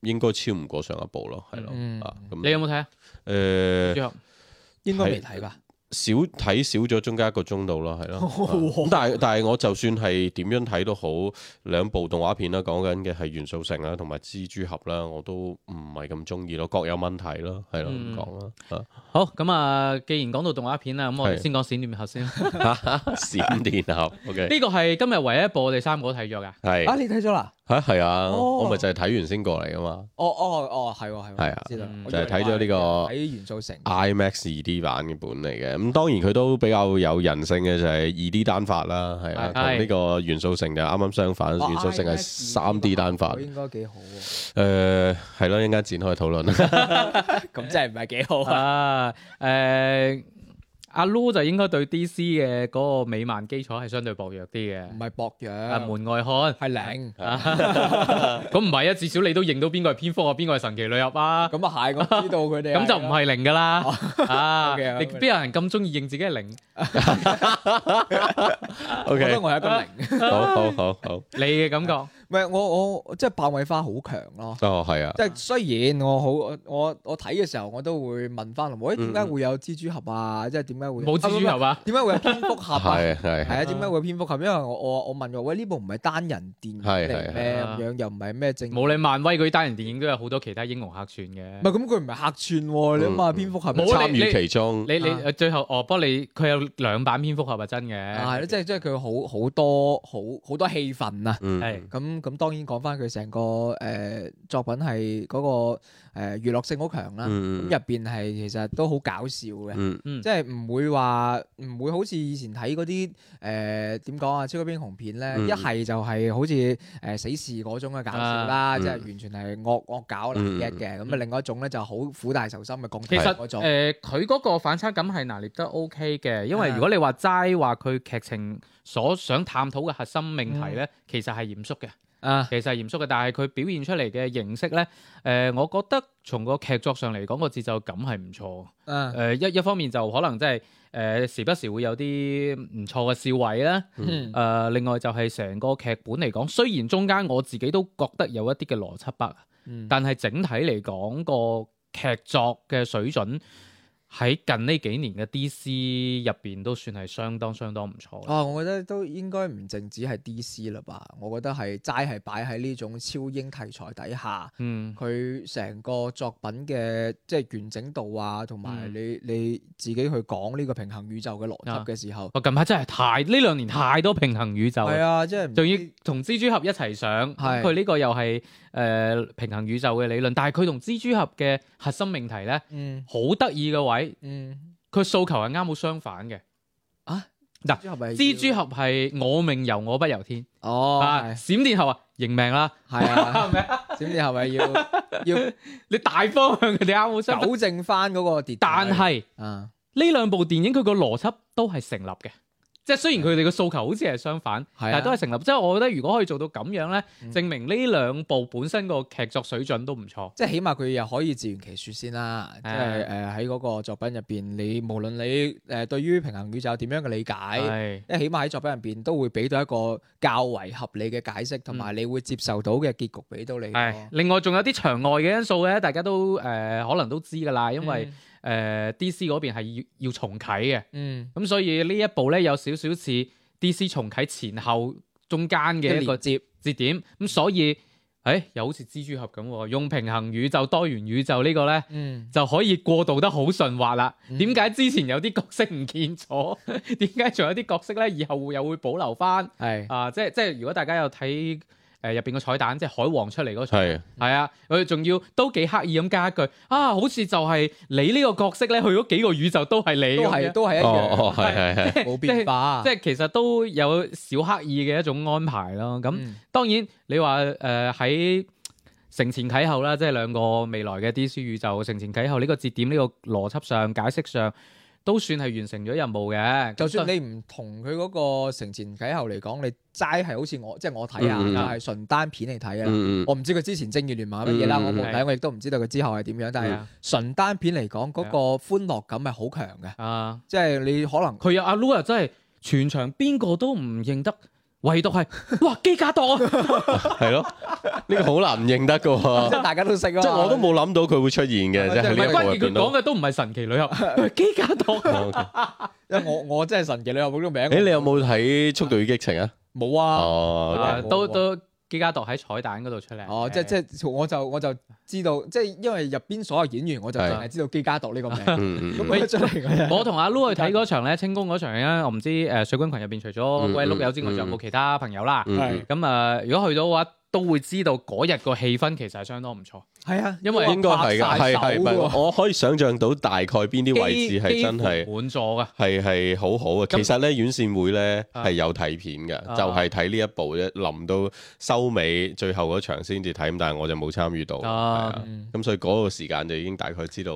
Speaker 5: 應該超唔過上一部咯，係咯、
Speaker 4: 嗯
Speaker 5: 啊咁
Speaker 3: 你有冇睇啊？
Speaker 5: 誒
Speaker 3: 朱紅
Speaker 4: 應該未睇吧？
Speaker 5: 少睇少咗中間一個鐘度咯，係咯。啊咁但係但係我就算係點樣睇都好，兩部動畫片啦，講緊嘅係元素城啊啦，同埋蜘蛛俠啦，我都唔係咁中意咯，各有問題咯，係咯咁
Speaker 3: 嗯
Speaker 5: 講啦。啊
Speaker 3: 好咁啊！既然講到動畫片啦，咁我哋
Speaker 5: 係
Speaker 3: 先講閃電俠 先。呢
Speaker 5: 閃電俠，OK，
Speaker 3: 個係今日唯一一部我哋三個都睇咗㗎。
Speaker 4: 啊，
Speaker 5: 係
Speaker 4: 你睇咗啦？
Speaker 5: 嚇係啊，
Speaker 4: 哦
Speaker 5: 我咪就係睇完先過嚟噶嘛
Speaker 4: 哦哦哦，係喎係喎，
Speaker 5: 係啊
Speaker 4: 知道
Speaker 3: 嗯
Speaker 4: 我以為
Speaker 5: 就係睇咗呢個啊
Speaker 4: 睇元素城，
Speaker 5: ，IMAX 二 D 版嘅本嚟嘅，咁當然佢都比較有人性嘅就係二 D 單法啦，係啊，
Speaker 3: 係
Speaker 5: 同呢個元素城就啱啱相
Speaker 4: 哦
Speaker 5: 反，元素城係三 D 單法，
Speaker 4: 應該幾好喎。
Speaker 5: 誒係咯，一陣間展開討論啦。
Speaker 4: 咁真係唔係幾好啊？
Speaker 3: 啊，誒、阿 Lu 就應該對 DC 嘅嗰個美漫基礎係相對薄弱啲嘅
Speaker 4: 唔，係薄弱，
Speaker 3: 啊門外漢。
Speaker 4: 係零。
Speaker 3: 啊咁唔係啊，至少你都認到邊個係蝙蝠啊，邊個係神奇女俠啊，
Speaker 4: 咁啊係，哦我知道 佢哋係
Speaker 3: 咁就唔係零噶啦。 啊，
Speaker 4: OK，
Speaker 3: 你
Speaker 4: OK
Speaker 3: 邊有人咁中意認自己係零？
Speaker 5: O
Speaker 4: 覺
Speaker 5: K，
Speaker 4: 得我係一個零。
Speaker 5: 好好好好，
Speaker 3: 你嘅感覺
Speaker 4: 唔 係我我即係爆米花好強咯。
Speaker 5: 哦係啊
Speaker 4: 即，係雖然我好我我睇嘅時候我都會問翻我，誒
Speaker 5: 嗯
Speaker 4: 點解會有蜘蛛俠啊？即係點解會
Speaker 3: 冇蜘蛛
Speaker 4: 啊？
Speaker 3: 俠啊？
Speaker 4: 唔係點解會有蝙蝠俠啊？
Speaker 5: 係係
Speaker 4: 係啊，點解會有蝙蝠俠？因為我我我問過，喂呢部唔係單人電影
Speaker 5: 係
Speaker 4: 嚟咩？
Speaker 3: 係
Speaker 4: 咁樣又唔係咩正。
Speaker 3: 冇你漫威嗰啲單人電影都有好多其他英雄客串
Speaker 4: 唔
Speaker 3: 嘅。
Speaker 4: 係咁，佢唔係客串喎，你諗下
Speaker 5: 嗯
Speaker 4: 蝙蝠俠
Speaker 3: 冇啊
Speaker 5: 參
Speaker 3: 你
Speaker 5: 與其中，
Speaker 3: 你你
Speaker 4: 啊
Speaker 3: 誒最後哦，不過你佢有兩版蝙蝠俠係真
Speaker 4: 啊，係咯，
Speaker 3: 嘅，
Speaker 4: 即係即係佢好好多好好多氣氛啊！
Speaker 5: 嗯
Speaker 3: 係
Speaker 4: 咁咁當然講翻佢成個誒、呃作品係嗰、個誒娛樂性好強啦，咁
Speaker 5: 嗯
Speaker 4: 入
Speaker 5: 嗯
Speaker 4: 邊係其實都好搞笑嘅。
Speaker 5: 嗯
Speaker 3: 嗯
Speaker 4: 即係唔會話唔會好似以前睇嗰啲誒點講啊超級英雄片咧，
Speaker 5: 嗯
Speaker 4: 一係就係好似誒、呃死侍嗰種嘅搞笑啦，
Speaker 5: 啊
Speaker 4: 即係
Speaker 5: 嗯
Speaker 4: 完全係惡惡搞難
Speaker 5: 嗯
Speaker 4: get 嘅。咁啊、另外一種咧就好苦大仇深嘅共
Speaker 3: 其
Speaker 4: 情
Speaker 3: 實
Speaker 4: 嗰種。
Speaker 3: 誒，佢嗰個反差感係拿捏得 OK 嘅，因為
Speaker 4: 啊
Speaker 3: 如果你話齋話佢劇情所想探討嘅核心命題
Speaker 4: 嗯
Speaker 3: 咧，其實係嚴肅嘅，
Speaker 4: 啊，
Speaker 3: 其實係嚴肅嘅，但係佢表現出嚟嘅形式咧，誒、我覺得從個劇作上嚟講，個節奏感係唔錯。誒、
Speaker 4: 嗯
Speaker 3: 呃一一方面就可能真係誒時不時會有啲唔錯嘅笑位啦。
Speaker 4: 嗯
Speaker 3: 誒、另外就係成個劇本嚟講，雖然中間我自己都覺得有一啲嘅邏輯 bug。
Speaker 4: 嗯
Speaker 3: 但係整體嚟講，個劇作嘅水準喺近呢幾年嘅 DC 入邊都算係相當相當唔錯嘅。
Speaker 4: 啊，我覺得都應該唔淨止係 DC 啦吧，我覺得係齋係擺喺呢種超英題材底下，
Speaker 3: 嗯，
Speaker 4: 佢成個作品嘅即係完整度啊，同埋
Speaker 3: 嗯啊
Speaker 4: 你你自己去講呢個平衡宇宙嘅邏輯嘅時候，
Speaker 3: 我近排真係太呢兩年太多平衡宇宙
Speaker 4: 係
Speaker 3: 啦，
Speaker 4: 啊，即係唔
Speaker 3: 仲要
Speaker 4: 知
Speaker 3: 同蜘蛛俠一齊上，
Speaker 4: 係
Speaker 3: 咁佢呢個又係誒、呃平衡宇宙嘅理論，但係佢同蜘蛛俠嘅核心命題咧，
Speaker 4: 嗯
Speaker 3: 好得意嘅位，
Speaker 4: 嗯
Speaker 3: 佢訴求係啱好相反嘅。
Speaker 4: 啊
Speaker 3: 嗱
Speaker 4: 蜘蛛俠咪
Speaker 3: 蜘蛛
Speaker 4: 要
Speaker 3: 俠係我命由我不由天，
Speaker 4: 哦
Speaker 3: 啊
Speaker 4: 係
Speaker 3: 閃電俠啊認命啦，
Speaker 4: 係啊，
Speaker 3: 係咪啊？
Speaker 4: 閃電係咪要 要
Speaker 3: 你大方向佢哋啱好相 反，
Speaker 4: 糾正翻嗰個秩序？
Speaker 3: 但係。
Speaker 4: 啊
Speaker 3: 呢兩部電影佢個邏輯都係成立嘅，即係雖然佢哋嘅訴求好似係相反，但係都係成立。即係我覺得如果可以做到咁樣咧，
Speaker 4: 啊嗯
Speaker 3: 證明呢兩部本身個劇作水準都唔錯。
Speaker 4: 即係起碼佢又可以自圓其説先啦，即係誒呃喺嗰個作品入邊，你無論你誒對於平衡宇宙有點樣嘅理解，
Speaker 3: 係
Speaker 4: 即係起碼喺作品入邊都會俾到一個較為合理嘅解釋，同埋你會接受到嘅結局俾到你咯。
Speaker 3: 係，另外仲有啲場外嘅因素咧，大家都誒、呃可能都知㗎啦，因為誒、呃 DC 嗰邊係要要重啟嘅，
Speaker 4: 嗯
Speaker 3: 咁所以呢一部咧有少少似 DC 重啟前後中間嘅一個
Speaker 4: 嘅連接
Speaker 3: 節點，咁所以誒、又好似蜘蛛俠咁喎，用平衡宇宙、多元宇宙呢個咧。
Speaker 4: 嗯，
Speaker 3: 就可以過渡得好順滑啦。
Speaker 4: 嗯
Speaker 3: 點解之前有啲角色唔見咗？ 點解仲有啲角色咧以後會又會保留翻？
Speaker 4: 係
Speaker 3: 啊，即係即係如果大家有睇誒入邊個彩蛋，即係海王出嚟嗰個彩蛋，
Speaker 5: 嗯係
Speaker 3: 係啊，佢仲要都幾刻意咁加一句啊，好似就係你呢個角色咧去咗幾個宇宙都係你
Speaker 4: 都
Speaker 3: 咁
Speaker 4: 係啊
Speaker 3: 樣，
Speaker 4: 都係一樣，
Speaker 5: 哦哦係係係，
Speaker 4: 冇變化。
Speaker 3: 即係其實都有小刻意嘅一種安排咯。咁、
Speaker 4: 嗯
Speaker 3: 當然你話誒喺承前啟後啦，即係兩個未來嘅 DC 宇宙承前啟後呢個節點呢、個邏輯上解釋上都算係完成咗任務嘅。
Speaker 4: 就算
Speaker 3: 咁
Speaker 4: 你唔同佢嗰個承前啟後嚟講，你齋係好似我即係我睇啊，
Speaker 5: 嗯嗯嗯
Speaker 4: 就係純單片嚟睇啊。
Speaker 5: 嗯嗯
Speaker 4: 我唔知佢之前正義聯盟係乜嘢啦，
Speaker 5: 嗯嗯
Speaker 4: 我冇
Speaker 3: 係
Speaker 4: 睇，我亦都唔知道佢之後係點樣。但
Speaker 3: 係
Speaker 4: 係
Speaker 3: 啊
Speaker 4: 純單片嚟講，
Speaker 5: 啊
Speaker 4: 嗰個歡樂感係好強嘅，
Speaker 3: 啊，
Speaker 4: 即係你可 能
Speaker 3: 佢有阿 Lua 真係全場邊個都唔認得，唯獨係哇基加多 啊
Speaker 5: 係咯，呢個好難唔認得噶
Speaker 4: 即
Speaker 5: 喎，
Speaker 4: 係大家都識啊。
Speaker 5: 哦即係我都冇諗到佢會出現嘅，
Speaker 4: 係
Speaker 5: 即係
Speaker 3: 唔
Speaker 5: 喺
Speaker 3: 係
Speaker 5: 呢
Speaker 3: 關
Speaker 5: 一部
Speaker 3: 鍵
Speaker 5: 入
Speaker 3: 佢
Speaker 5: 邊
Speaker 3: 講
Speaker 5: 都。
Speaker 3: 嘅都唔係神奇女俠，基加多。
Speaker 5: 哦，OK
Speaker 4: 因為我我真係神奇女俠冇呢個名。
Speaker 5: 誒，你有冇睇《速度與激情》啊？
Speaker 4: 冇啊？
Speaker 5: 哦
Speaker 3: 啊
Speaker 4: 冇
Speaker 3: 都
Speaker 4: 冇
Speaker 3: 都基加度喺彩蛋嗰度出嚟。
Speaker 4: 哦，即係即係我就我就知道，即係因為入邊所有演員，我就
Speaker 5: 係
Speaker 4: 淨係知道基加度呢 個名。
Speaker 5: OK 嗯嗯
Speaker 4: 咁
Speaker 5: 嗯
Speaker 4: 佢出嚟嗰 陣
Speaker 3: 我同阿 Lu 去睇嗰場咧，清宮嗰場咧，我唔知誒水軍群入邊除咗
Speaker 5: 嗯
Speaker 3: 鬼碌
Speaker 5: 嗯
Speaker 3: 友之外，仲有
Speaker 5: 嗯
Speaker 3: 冇其他朋友啦？
Speaker 5: 嗯嗯
Speaker 3: 咁啊，如果去到嘅話，都會知道嗰日個氣氛其實係相當唔錯，
Speaker 4: 係啊，
Speaker 3: 因為
Speaker 5: 應該係㗎，係係，唔
Speaker 4: 拍晒手㗎啊
Speaker 5: 係我可以想像到大概邊啲位置係
Speaker 3: 幾
Speaker 5: 真係
Speaker 3: 幾。乎滿座噶。
Speaker 5: 係係好好啊！
Speaker 3: 咁
Speaker 5: 其實咧，院線會咧
Speaker 3: 啊
Speaker 5: 係有睇片嘅，
Speaker 3: 啊
Speaker 5: 就係睇呢一部啫。臨到收尾最後嗰場先至睇，咁但係我就冇參與到。係
Speaker 3: 啊
Speaker 5: 啊
Speaker 4: 嗯
Speaker 5: 咁所以嗰個時間就已經大概知道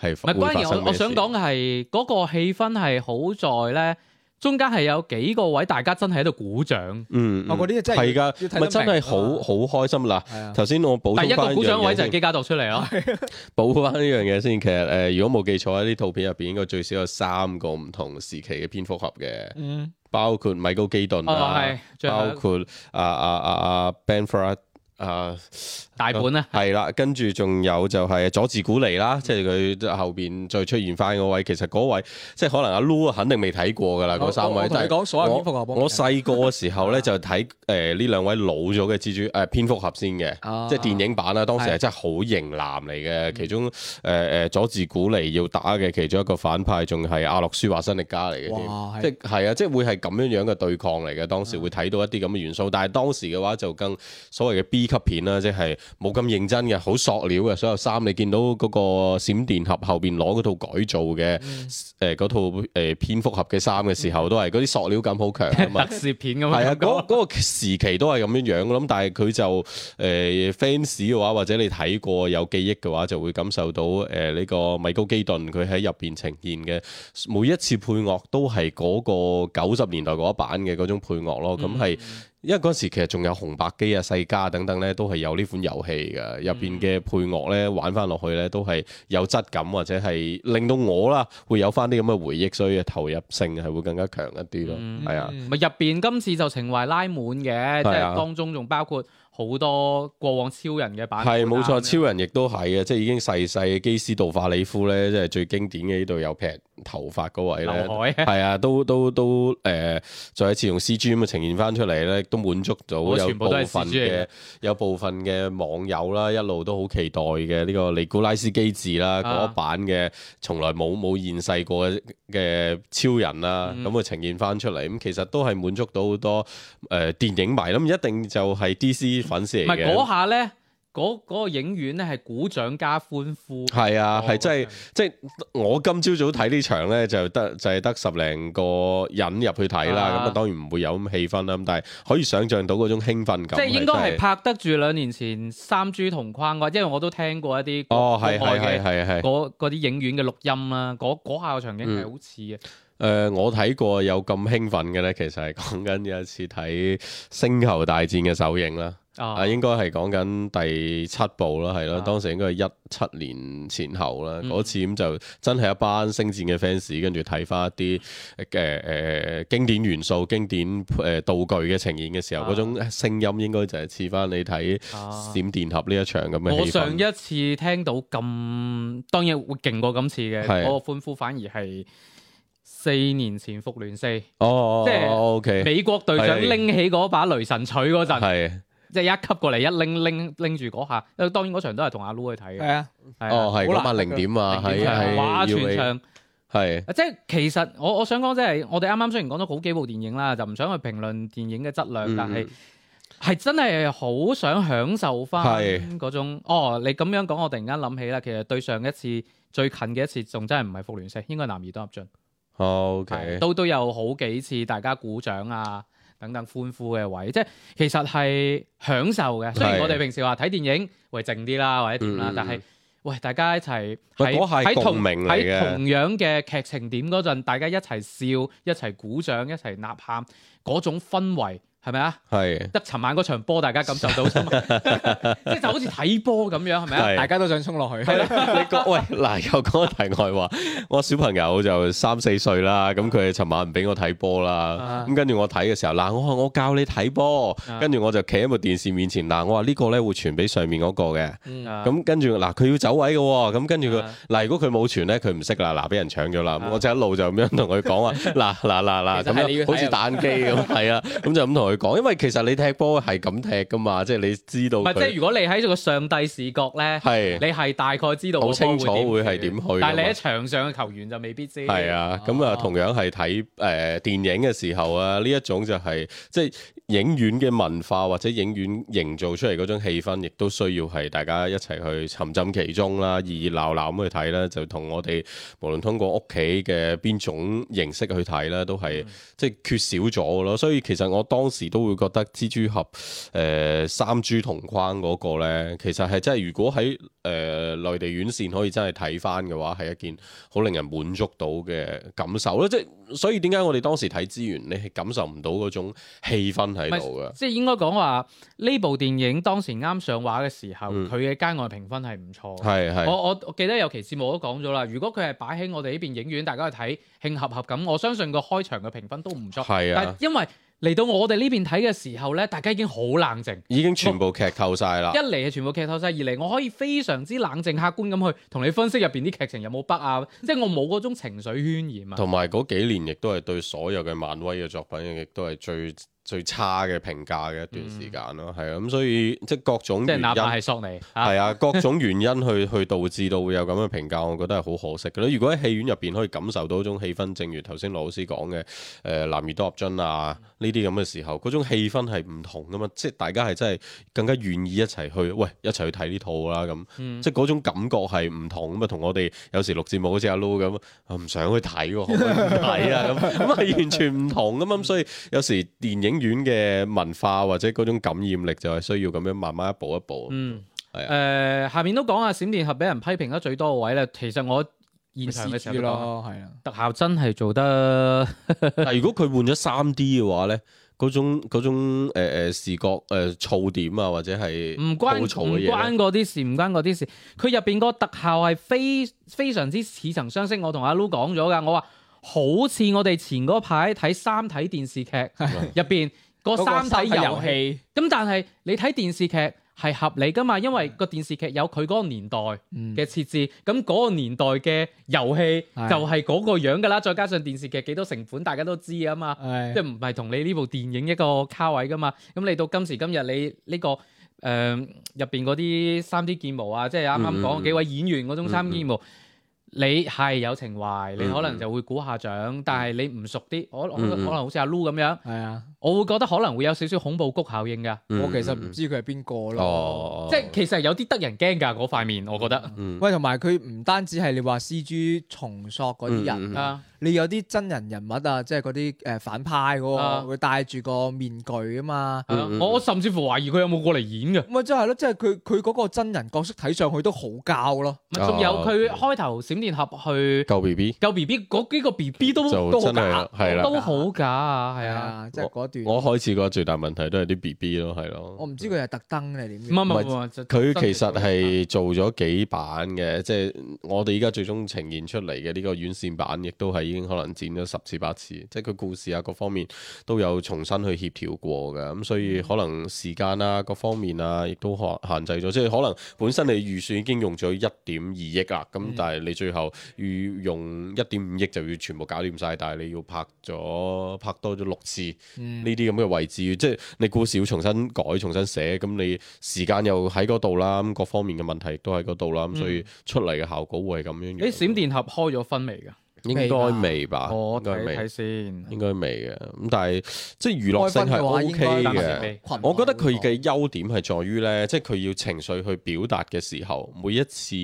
Speaker 5: 係
Speaker 3: 唔係，
Speaker 5: 會
Speaker 3: 關
Speaker 5: 發
Speaker 3: 鍵
Speaker 5: 生
Speaker 3: 我
Speaker 5: 咩
Speaker 3: 我
Speaker 5: 事
Speaker 3: 想講嘅係嗰個氣氛係好在咧，中間係有幾個位大家真係喺度鼓掌。
Speaker 5: 嗯，嗯
Speaker 4: 我嗰啲真係
Speaker 5: 係
Speaker 4: 要睇
Speaker 5: 㗎，
Speaker 4: 得
Speaker 5: 咪真係
Speaker 4: 明啊
Speaker 5: 好好開心啦！
Speaker 4: 係啊，
Speaker 5: 頭先我補充
Speaker 3: 第一個
Speaker 5: 翻
Speaker 3: 鼓掌位就係
Speaker 5: 先嗯
Speaker 3: 基加度出嚟咯，
Speaker 5: 補翻呢樣嘢先。其實誒、呃如果冇記錯喺呢套片入邊，應該最少有三個唔同時期嘅蝙蝠俠嘅，
Speaker 4: 嗯，
Speaker 5: 包括米高基頓
Speaker 3: 哦
Speaker 5: 啊
Speaker 3: 係，，最後
Speaker 5: 包括啊啊啊啊 Ben f r a d 啊。
Speaker 3: 大本啊，
Speaker 5: 係啦，跟住仲有就係佐治古尼
Speaker 3: 嗯
Speaker 5: 啦，即係佢後邊再出現翻嗰位，其實嗰位即係可能阿 Lu 肯定未睇過㗎啦，嗰三
Speaker 4: 我
Speaker 5: 位。
Speaker 4: 我同你
Speaker 5: 但係
Speaker 4: 講所有蝙蝠
Speaker 5: 我
Speaker 4: 俠我
Speaker 5: 我細個嘅時候咧 就睇誒呢兩位老咗嘅蜘蛛誒蝙蝠俠先嘅。
Speaker 4: 啊
Speaker 5: 即係電影版啦，當時
Speaker 4: 係嗯
Speaker 5: 係真係好型男嚟嘅，其中誒誒、呃、佐治古尼要打嘅其中一個反派，仲係阿諾舒華辛力加嚟嘅添
Speaker 4: 哇，哦係
Speaker 5: 即係係啊，即係會係咁樣樣嘅對抗嚟嘅。當時會睇到一啲咁嘅元素，但係當時嘅話就更所謂嘅 B 級片啦，即係冇咁認真嘅，好塑料嘅。所有衫你見到嗰個閃電俠後邊攞嗰套改造嘅誒嗰套誒蝙蝠俠嘅衫嘅時候，都係嗰啲塑料感好強啊嘛
Speaker 3: 特。攝片咁
Speaker 5: 係啊，
Speaker 3: 樣
Speaker 5: 嗰嗰個時期都係咁樣樣咁，但係佢就誒 fans 嘅話，或者你睇過有記憶嘅話，就會感受到誒呢個米高基頓佢喺入邊呈現嘅每一次配樂都係嗰個九十年代嗰一版嘅嗰種配樂咯，咁
Speaker 3: 嗯
Speaker 5: 係。因為嗰時其實仲有紅白機啊、世嘉等等咧，都係有呢款遊戲嘅，入邊嘅配樂咧玩翻落去咧，都係有質感或者係令到我啦會有翻啲咁嘅回憶，所以投入性係會更加強一啲咯，
Speaker 3: 嗯
Speaker 4: 嗯
Speaker 5: 係啊。
Speaker 3: 咪入邊今次就情懷拉滿嘅，即
Speaker 5: 係
Speaker 3: 係
Speaker 5: 啊
Speaker 3: 當中仲包括好多過往超人嘅版本啊。
Speaker 5: 係冇錯，超人亦都係嘅，即係已經細細基斯道化里夫咧，即係最經典嘅呢度有劈頭髮嗰位咧
Speaker 3: 劉， 海。
Speaker 5: 係啊，都都都誒、呃再一次用 C G 咁嘅呈現翻出嚟咧，都滿足到
Speaker 3: 我
Speaker 5: 有
Speaker 3: 全部
Speaker 5: 部
Speaker 3: 都係
Speaker 5: 分
Speaker 3: CG 嚟嘅
Speaker 5: 嘅有部分嘅網友啦，一路都好期待嘅呢個尼古拉斯基治啦
Speaker 3: 啊
Speaker 5: 嗰一版嘅，從來冇冇現世過嘅嘅超人啦，
Speaker 3: 嗯
Speaker 5: 咁啊呈現翻出嚟，咁其實都係滿足到好多誒、呃、電影迷啦，咁一定就係 D C 粉絲
Speaker 3: 唔
Speaker 5: 嚟
Speaker 3: 係
Speaker 5: 嘅。
Speaker 3: 嗰下咧，嗰嗰個影院咧係鼓掌加歡呼。哦
Speaker 5: 係啊，係真係
Speaker 3: 係。
Speaker 5: 即係我今朝早睇呢場咧，就得就係得十零個人入去睇啦。咁
Speaker 3: 啊
Speaker 5: 啊，當然唔會有咁氣氛啦。咁但係可以想像到嗰種興奮
Speaker 3: 即
Speaker 5: 感，
Speaker 3: 係應該係
Speaker 5: 啊真係
Speaker 3: 拍得住兩年前三 G 同框嘅，因為我都聽過一啲
Speaker 5: 哦，
Speaker 3: 國
Speaker 5: 係
Speaker 3: 國外
Speaker 5: 係
Speaker 3: 嘅
Speaker 5: 係係係。
Speaker 3: 嗰嗰啲影院嘅錄音啦，嗰嗰下個場
Speaker 5: 嗯
Speaker 3: 景係好似嘅，
Speaker 5: 誒，我睇過有咁興奮嘅咧，其實係講緊有一次睇《星球大戰》嘅首映啦。
Speaker 3: 啊
Speaker 5: 啊，應該係講緊第七部啦，係咯，
Speaker 3: 啊
Speaker 5: 當時應該係一七年前後啦。
Speaker 3: 嗯
Speaker 5: 嗰、次咁就真係一班星戰嘅 fans，跟住睇翻一啲誒誒經典元素、經典誒、呃道具嘅呈現嘅時候，
Speaker 3: 啊
Speaker 5: 嗰、種聲音應該就係似翻你睇
Speaker 3: 啊
Speaker 5: 閃電俠呢一場咁嘅
Speaker 3: 我
Speaker 5: 氣
Speaker 3: 上
Speaker 5: 氛。
Speaker 3: 一次聽到咁，當然會勁過今次嘅，
Speaker 5: 係
Speaker 3: 嗰個歡呼反而係四年前復聯四
Speaker 5: 哦哦，
Speaker 3: 即
Speaker 5: 係
Speaker 3: 係
Speaker 5: OK，
Speaker 3: 美國隊長
Speaker 5: 係
Speaker 3: 拎起嗰把雷神錘嗰陣，
Speaker 5: 係
Speaker 3: 即係一級過嚟一拎拎拎住嗰下，因為當然嗰場都係同阿 Lu 去睇
Speaker 4: 系
Speaker 3: 嘅，
Speaker 4: 啊，
Speaker 3: 係啊
Speaker 5: 哦係
Speaker 4: 好
Speaker 5: 嗰晚
Speaker 4: 難得
Speaker 5: 零點啊，
Speaker 3: 零
Speaker 5: 喺
Speaker 3: 點場哇！
Speaker 5: 喺
Speaker 3: 全
Speaker 5: UA
Speaker 3: 場。
Speaker 5: 係
Speaker 3: 即係其實我我想講即係我哋啱啱雖然講咗好幾部電影啦，就唔想去評論電影嘅質量，
Speaker 5: 嗯
Speaker 3: 但係係真係好想享受翻
Speaker 5: 係
Speaker 3: 嗰種。哦，你咁樣講，我突然間諗起啦，其實對上一次最近嘅一次，仲真係唔係復聯四，應該係男兒當入樽，係
Speaker 5: 哦 OK，
Speaker 3: 都都有好幾次大家鼓掌啊。等等歡呼嘅位，即係其實係享受嘅。雖然
Speaker 5: 係
Speaker 3: 我哋平時話睇電影，喂靜啲啦，或者點啦，
Speaker 5: 嗯嗯嗯
Speaker 3: 但係喂大家一齊
Speaker 5: 喂
Speaker 3: 喺
Speaker 5: 嗰下係
Speaker 3: 喺同
Speaker 5: 共鳴嚟
Speaker 3: 喺
Speaker 5: 嘅
Speaker 3: 同樣嘅劇情點嗰陣，大家一齊笑、一齊鼓掌、一齊呐喊，嗰種氛圍係咪啊？
Speaker 5: 係
Speaker 3: 得尋晚嗰場波，大家感受到啫 嘛，即係就好似睇波咁樣，係咪啊？
Speaker 5: 係
Speaker 4: 大。家都想衝落去。
Speaker 5: 係啦，你 講喂嗱，又講題外話，我小朋友就三四歲啦，咁佢尋晚唔俾我睇波啦
Speaker 3: 啊，
Speaker 5: 咁跟住我睇嘅時候，嗱我話我教你睇波，
Speaker 3: 啊
Speaker 5: 跟住我就企喺部電視面前，嗱我話呢個咧會傳俾上面嗰個嘅，
Speaker 3: 啊
Speaker 5: 咁跟住嗱佢要走位嘅喎，咁跟住佢
Speaker 3: 啊
Speaker 5: 嗱如果佢冇傳咧，佢唔識啦，嗱俾人搶咗啦
Speaker 3: 啊，
Speaker 5: 我就一路就咁樣同佢講 話，嗱嗱嗱嗱
Speaker 4: 其實係
Speaker 5: 咁
Speaker 4: 你要睇
Speaker 5: 樣，好似
Speaker 4: 啊
Speaker 5: 彈機咁，係啊，咁就咁同佢講，因為其實你踢波係咁踢噶嘛，即係你知道
Speaker 3: 唔係即係
Speaker 5: 佢
Speaker 3: 如果你喺個上帝視角咧，
Speaker 5: 係。
Speaker 3: 你係大概知道個
Speaker 5: 好清楚
Speaker 3: 波
Speaker 5: 會
Speaker 3: 會
Speaker 5: 係點去㗎嘛
Speaker 3: 但係你喺場上嘅球員就未必知。
Speaker 5: 係啊，咁啊，
Speaker 4: 哦
Speaker 5: 同樣係睇誒電影嘅時候啊，呢一種就係、即係影院嘅文化或者影院營造出嚟嗰種氣氛，亦都需要係大家一齊去沉浸其中啦，熱熱鬧鬧咁去睇啦，就同我哋無論通過屋企嘅邊種形式去睇啦，都係、即係缺少咗咯。所以其實我當時都會覺得蜘蛛俠誒、三 G 同框嗰個咧，其實係真係如果喺誒、呃內地院線可以真係睇翻嘅話，係一件好令人滿足到嘅感受咯。即係所以點解我哋當時睇資源，你係感受唔到嗰種氣氛喺度嘅。
Speaker 3: 即係應該講話呢部電影當時啱上畫嘅時候，
Speaker 5: 嗯
Speaker 3: 佢嘅街外評分係唔錯嘅。
Speaker 5: 係係
Speaker 3: 我我我記得有期節目都講咗啦，如果佢係擺喺我哋呢邊影院，大家去睇慶合合咁，我相信個開場嘅評分都唔錯。
Speaker 5: 係
Speaker 3: 但係
Speaker 5: 啊，
Speaker 3: 因為嚟到我哋呢邊睇嘅時候咧，大家已經好冷靜。
Speaker 5: 已經全部劇透晒啦
Speaker 3: 一。嚟係全部劇透晒，二嚟我可以非常之冷靜客觀咁去同你分析入邊啲劇情有冇北啊，即係我冇嗰種情緒渲染啊。
Speaker 5: 同埋嗰幾年亦都係對所有嘅漫威嘅作品，亦都係最最差嘅評價嘅一段時間咯。係啊，咁所以即係各種
Speaker 3: 即係
Speaker 5: 原
Speaker 3: 哪
Speaker 5: 因
Speaker 3: 怕係索尼啊，
Speaker 5: 係啊，各種原因去 去導致到會有咁嘅評價，我覺得係好可惜嘅咯。如果喺戲院入邊可以感受到嗰種氣氛，正如頭先羅老師講嘅，誒、男兒當入樽啊呢啲咁嘅時候，嗰種氣氛係唔同噶嘛，即係大家係真係更加願意一齊去，喂一齊去睇呢套啦咁，即係嗰種感覺係唔同咁啊，同我哋有時錄節目好似阿 Loo 咁，啊唔想去睇喎，可唔可以唔睇啊咁，咁係完全唔同噶嘛，咁所以有時電影院嘅文化或者嗰種感染力就係需要咁樣慢慢一步一步。
Speaker 3: 嗯，
Speaker 5: 係啊
Speaker 3: 誒、下面都講下閃電俠俾人批評得最多嘅位咧，其實我現場嘅時候都講
Speaker 4: 咯，係啊，
Speaker 3: 特效真係做 得
Speaker 5: 但如果佢換咗三 D 嘅話咧，嗰種嗰種誒誒、呃、視覺誒、呃、噪點啊，或者係
Speaker 3: 唔關
Speaker 5: 吐
Speaker 3: 唔
Speaker 5: 槽嘅嘢
Speaker 3: 關
Speaker 5: 呢，
Speaker 3: 嗰啲事，唔關嗰啲事。佢入邊個特效係非非常之似曾相識。我同阿 Lu 講咗㗎，我話好似我哋前嗰排睇三體電視劇
Speaker 5: 嗯
Speaker 3: 入邊個
Speaker 4: 嗰個
Speaker 3: 三體遊戲。
Speaker 4: 戲，
Speaker 3: 咁但係你睇電視劇係合理㗎嘛，因為個電視劇有佢嗰個年代
Speaker 4: 嗯
Speaker 3: 嘅設置，咁嗰個年代嘅遊戲
Speaker 4: 係
Speaker 3: 就係嗰個樣㗎啦。再加上電視劇幾多成本，大家都知啊嘛。
Speaker 4: 係
Speaker 3: 即係唔係同你呢部電影一個卡位噶嘛？咁你到今時今日，你呢、個誒入邊嗰啲三 D 建模啊，即係啱啱
Speaker 5: 嗯嗯嗯
Speaker 3: 講幾位演員嗰種三 D 建模，你係有情懷，你可
Speaker 5: 嗯
Speaker 3: 能就會估下獎，但係你唔熟啲，我我可能好似阿 Lu 咁樣，
Speaker 4: 系啊，
Speaker 3: 我會覺得可能會有少少恐怖谷效應㗎。
Speaker 4: 我其實唔知佢係邊個咯。
Speaker 5: 嗯哦，
Speaker 3: 即係其實有啲得人驚㗎嗰塊面，我覺得
Speaker 5: 嗯
Speaker 4: 喂，同埋佢唔單止係你話 C G 重塑嗰啲人
Speaker 5: 嗯嗯嗯
Speaker 4: 啊，
Speaker 3: 啊，
Speaker 4: 你有啲真人人物啊，即係嗰啲诶反派嗰
Speaker 3: 啊
Speaker 4: 個，佢戴住個面具啊嘛。
Speaker 3: 係啊
Speaker 5: 嗯嗯
Speaker 3: 我我甚至乎懷疑佢有冇過嚟演㗎。
Speaker 4: 咪即係咯，即係佢佢嗰個真人角色睇上去都好膠咯。
Speaker 5: 啊
Speaker 3: 咪仲有佢開頭閃電俠去
Speaker 5: 救 B B
Speaker 3: 救 B B 嗰幾個 B B 都
Speaker 5: 嗯就
Speaker 3: 都好
Speaker 5: 真係
Speaker 3: 假
Speaker 5: 啦，係啦
Speaker 3: 都好假啊，係啊。，
Speaker 4: 即係嗰段，
Speaker 5: 我
Speaker 4: 我
Speaker 5: 開始覺得最大問題都係啲 B B 咯，係咯。
Speaker 4: 唔知佢係特登定係點
Speaker 3: 唔係
Speaker 4: 樣。
Speaker 3: 唔係唔係就
Speaker 5: 佢其實
Speaker 4: 啊
Speaker 5: 係做咗幾版嘅，即係我哋依家最終呈現出嚟嘅呢個院線版，亦都係已經可能剪咗十次八次，即係佢故事啊各方面都有重新去協調過嘅，咁所以可能時間啊各方面啊，亦都限限制咗，即係可能本身你預算已經用咗一點二億啦，咁但係你最後要用一點五億就要全部搞掂晒，但係你要拍咗拍多咗六次。
Speaker 4: 嗯
Speaker 5: 呢啲咁嘅位置，即係你故事要重新改、重新寫，咁你時間又喺嗰度啦，咁各方面嘅問題亦都喺嗰度啦，咁所以出嚟嘅效果會係咁樣樣。
Speaker 3: 誒閃電俠開咗分未㗎？
Speaker 5: 應該未吧？
Speaker 3: 我
Speaker 5: 啊應該
Speaker 3: 睇睇
Speaker 5: 未，
Speaker 3: 先。
Speaker 5: 應該未嘅。咁但係即係娛樂性
Speaker 4: 開分
Speaker 5: 係
Speaker 4: 嘅話
Speaker 5: O
Speaker 4: 應
Speaker 5: K
Speaker 4: 該
Speaker 3: 暫時
Speaker 5: 嘅
Speaker 3: 未。
Speaker 5: 我覺得佢嘅優點係在於呢，即係佢要情緒去表達嘅時候，每一次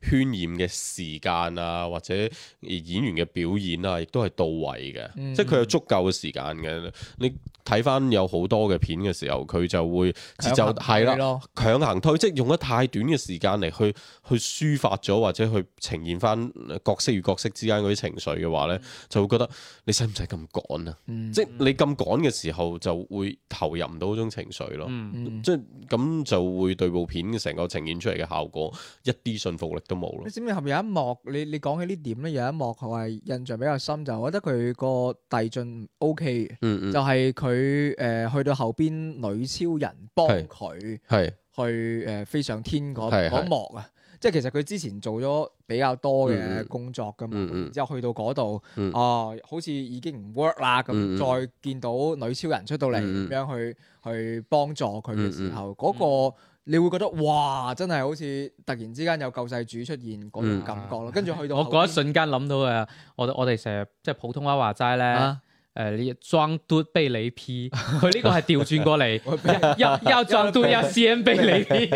Speaker 5: 渲染嘅時間啊，或者演員嘅表演啊，亦都係到位嘅，
Speaker 4: 嗯
Speaker 5: 即係佢有足夠嘅時間嘅。你睇翻有好多嘅片嘅時候，佢就會節奏係啦。
Speaker 4: 咯，
Speaker 5: 強行推，即係用得太短嘅時間嚟去去抒發咗，或者去呈現翻角色與角色之間嗰啲情緒嘅
Speaker 3: 嗯
Speaker 5: 話呢，就會覺得你使唔使咁趕啊？
Speaker 4: 嗯
Speaker 5: 即係你咁趕嘅時候，就會投入唔到嗰種情緒咯。
Speaker 3: 嗯，
Speaker 4: 嗯
Speaker 5: 即係咁就會對部片嘅成個呈現出嚟嘅效果一啲信服力都冇咯
Speaker 4: 你。知唔知後面有一幕？你你講起呢點咧，有一幕我係印象比較深，就我覺得佢個遞進 O K 嘅，
Speaker 5: 嗯
Speaker 4: 就係佢誒去到後邊女超人幫
Speaker 5: 係
Speaker 4: 佢
Speaker 5: 係
Speaker 4: 去誒飛上天嗰
Speaker 5: 係
Speaker 4: 嗰
Speaker 5: 係
Speaker 4: 幕啊！即係其實佢之前做咗比較多
Speaker 5: 嗯嗯
Speaker 4: 嘅工作㗎嘛，
Speaker 5: 嗯嗯
Speaker 4: 然之後去到嗰度
Speaker 5: 嗯，
Speaker 4: 哦，好似已經唔 work 啦，
Speaker 5: 嗯
Speaker 4: 咁
Speaker 5: 嗯
Speaker 4: 再見到女超人出到嚟
Speaker 5: 嗯嗯
Speaker 4: 咁樣去去幫助佢嘅時
Speaker 5: 嗯嗯
Speaker 4: 候，嗰個你會覺得哇，真係好似突然之間有救世主出現嗰種
Speaker 5: 嗯
Speaker 4: 感覺咯。跟住去到
Speaker 3: 我
Speaker 4: 後
Speaker 3: 嗰一
Speaker 4: 邊
Speaker 3: 瞬間諗到嘅，我我哋成日即係普通話話齋咧，
Speaker 4: 啊，
Speaker 3: 誒你裝嘟被你 P，佢呢個係調轉過 嚟，
Speaker 4: 我俾人
Speaker 3: 要要裝 嘟要 C N 被你 P。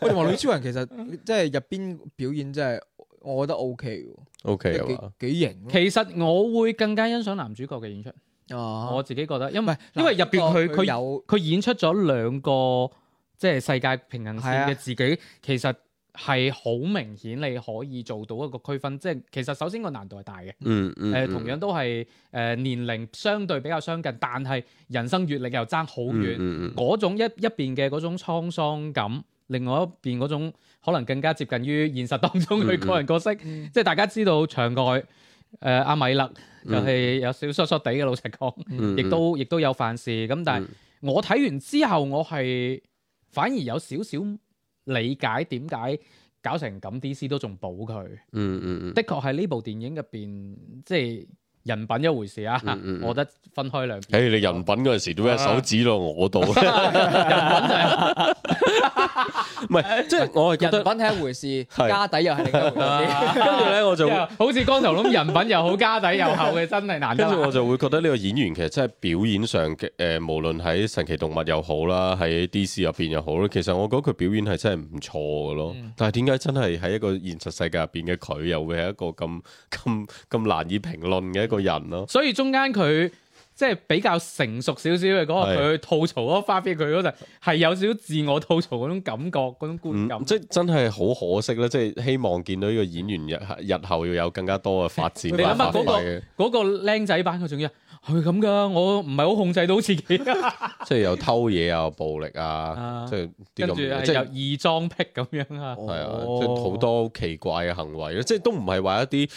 Speaker 4: 我同埋女超人其實即係入邊表演真係我覺得 O K 喎，即
Speaker 5: ，OK 啊
Speaker 4: 係
Speaker 5: 嘛，
Speaker 4: 幾幾型咯
Speaker 3: 其實我會更加欣賞男主角嘅演出，
Speaker 4: 啊
Speaker 3: 我自己覺得，因
Speaker 4: 唔
Speaker 3: 為
Speaker 4: 係
Speaker 3: 因為入邊佢
Speaker 4: 呢個
Speaker 3: 佢
Speaker 4: 有。
Speaker 3: 佢演出咗兩個即係世界平衡線
Speaker 4: 係
Speaker 3: 嘅
Speaker 4: 啊
Speaker 3: 自己，其實係好明顯你可以做到一個區分。即係其實首先個難度係大嘅，誒、
Speaker 5: 嗯嗯，嗯
Speaker 3: 同樣都係誒、年齡相對比較相近，但係人生閲歷又爭好遠。
Speaker 5: 嗯嗯
Speaker 3: 嗰、種一一邊嘅嗰種滄桑感，另外一邊嗰種可能更加接近於現實當中佢個人角色。
Speaker 4: 嗯
Speaker 3: 即係大家知道場外誒阿、米勒就係有少疏疏地嘅，老實講。
Speaker 5: 嗯
Speaker 3: 亦都亦都有犯事咁，但係我睇完之後，我係反而有少少理解點解搞成咁，DC 都仲補佢。
Speaker 5: 嗯嗯嗯
Speaker 3: 的確係呢部電影入邊，即係人品一回事啊。
Speaker 5: 嗯嗯嗯
Speaker 3: 我覺得分開兩邊。
Speaker 5: 誒，你人品嗰
Speaker 3: 啊
Speaker 5: 陣時做咩手指落 我度？ 唔係，即
Speaker 3: 啊
Speaker 5: 係我係覺
Speaker 4: 人
Speaker 5: 得
Speaker 4: 品，係一回 事，
Speaker 5: 係
Speaker 4: 家底又係另一回事。
Speaker 3: 啊
Speaker 5: 跟住咧我就會
Speaker 3: 好似光頭佬咁，人品又好，家底又厚嘅，真係難得啊
Speaker 5: 跟住我
Speaker 3: 啦。
Speaker 5: 就會覺得呢個演員其實真係表演上嘅誒、呃，無論喺神奇動物又好啦，喺 DC 入邊又好啦，其實我覺得佢表演係真係唔錯嘅咯。
Speaker 3: 嗯
Speaker 5: 但係點解真係喺一個現實世界入邊嘅佢，又會係一個咁咁咁難以評論嘅一個人咯？
Speaker 3: 所以中間佢即係比較成熟少少嘅嗰
Speaker 5: 係
Speaker 3: 個，佢吐槽嗰個花邊佢嗰陣係有少少自我吐槽嗰種感覺，嗰種觀
Speaker 5: 嗯
Speaker 3: 感。
Speaker 5: 即係真係好可惜啦！即係希望見到呢個演員日日後要有更加多嘅發展
Speaker 3: 你
Speaker 5: 同
Speaker 3: 諗
Speaker 5: 埋
Speaker 3: 下
Speaker 5: 發揮
Speaker 3: 嗰
Speaker 5: 嘅，
Speaker 3: 個嗰個僆仔版佢仲要係咁噶，我唔係好控制到自己，
Speaker 5: 即係有偷嘢啊、暴力啊
Speaker 3: 啊，
Speaker 5: 即係啲
Speaker 3: 跟
Speaker 5: 咁
Speaker 3: 住
Speaker 5: 嘅，
Speaker 3: 係
Speaker 5: 即
Speaker 3: 有
Speaker 5: 係
Speaker 3: 異裝癖咁樣啊。
Speaker 5: 係啊，
Speaker 4: 哦
Speaker 5: 即係好多奇怪嘅行為咯，即係都唔係話一啲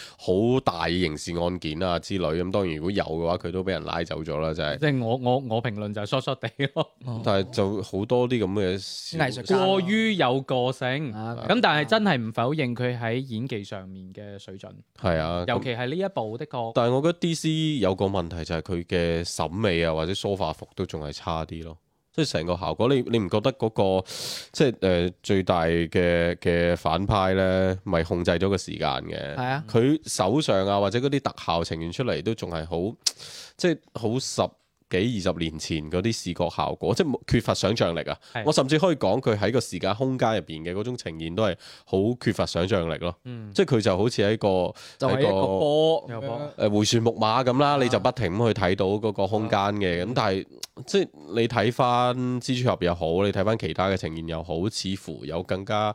Speaker 5: 好大嘅刑事案件啊之類咁。當然如果有嘅話，佢都俾人拉走咗啦，就係。
Speaker 3: 即係我我我評論就係疏疏地咯，
Speaker 5: 但係就好多啲咁嘅小
Speaker 4: 藝術家
Speaker 3: 過於有個性。
Speaker 4: 啊
Speaker 3: 咁但係真係唔否認佢喺演技上面嘅水準，
Speaker 5: 係啊，
Speaker 3: 尤
Speaker 5: 咁
Speaker 3: 其係呢一部的確
Speaker 5: 但係我覺得 DC 有個問題就係佢嘅審美啊或者梳化服都仲係差啲咯。即係成個效果，你你唔覺得嗰、個即係誒、呃最大嘅嘅反派咧，咪控制咗個時間嘅？
Speaker 4: 係啊
Speaker 5: 佢手上啊，或者嗰啲特效呈現出嚟都仲係好，即係好十幾二十年前嗰啲視覺效果，即係冇缺乏想像力啊
Speaker 3: 係！
Speaker 5: 我甚至可以講佢喺個時間空間入邊嘅嗰種呈現都係好缺乏想像力咯。
Speaker 3: 嗯
Speaker 5: 即係佢就好似喺個
Speaker 4: 就係
Speaker 5: 係
Speaker 4: 一個波
Speaker 3: 有
Speaker 4: 咁
Speaker 3: 波
Speaker 4: 樣，
Speaker 5: 誒回旋木馬咁啦，
Speaker 4: 啊
Speaker 5: 你就不停咁去睇到嗰個空間嘅。咁但係即係你睇翻蜘蛛俠又好，你睇翻其他嘅呈現又好，似乎有更加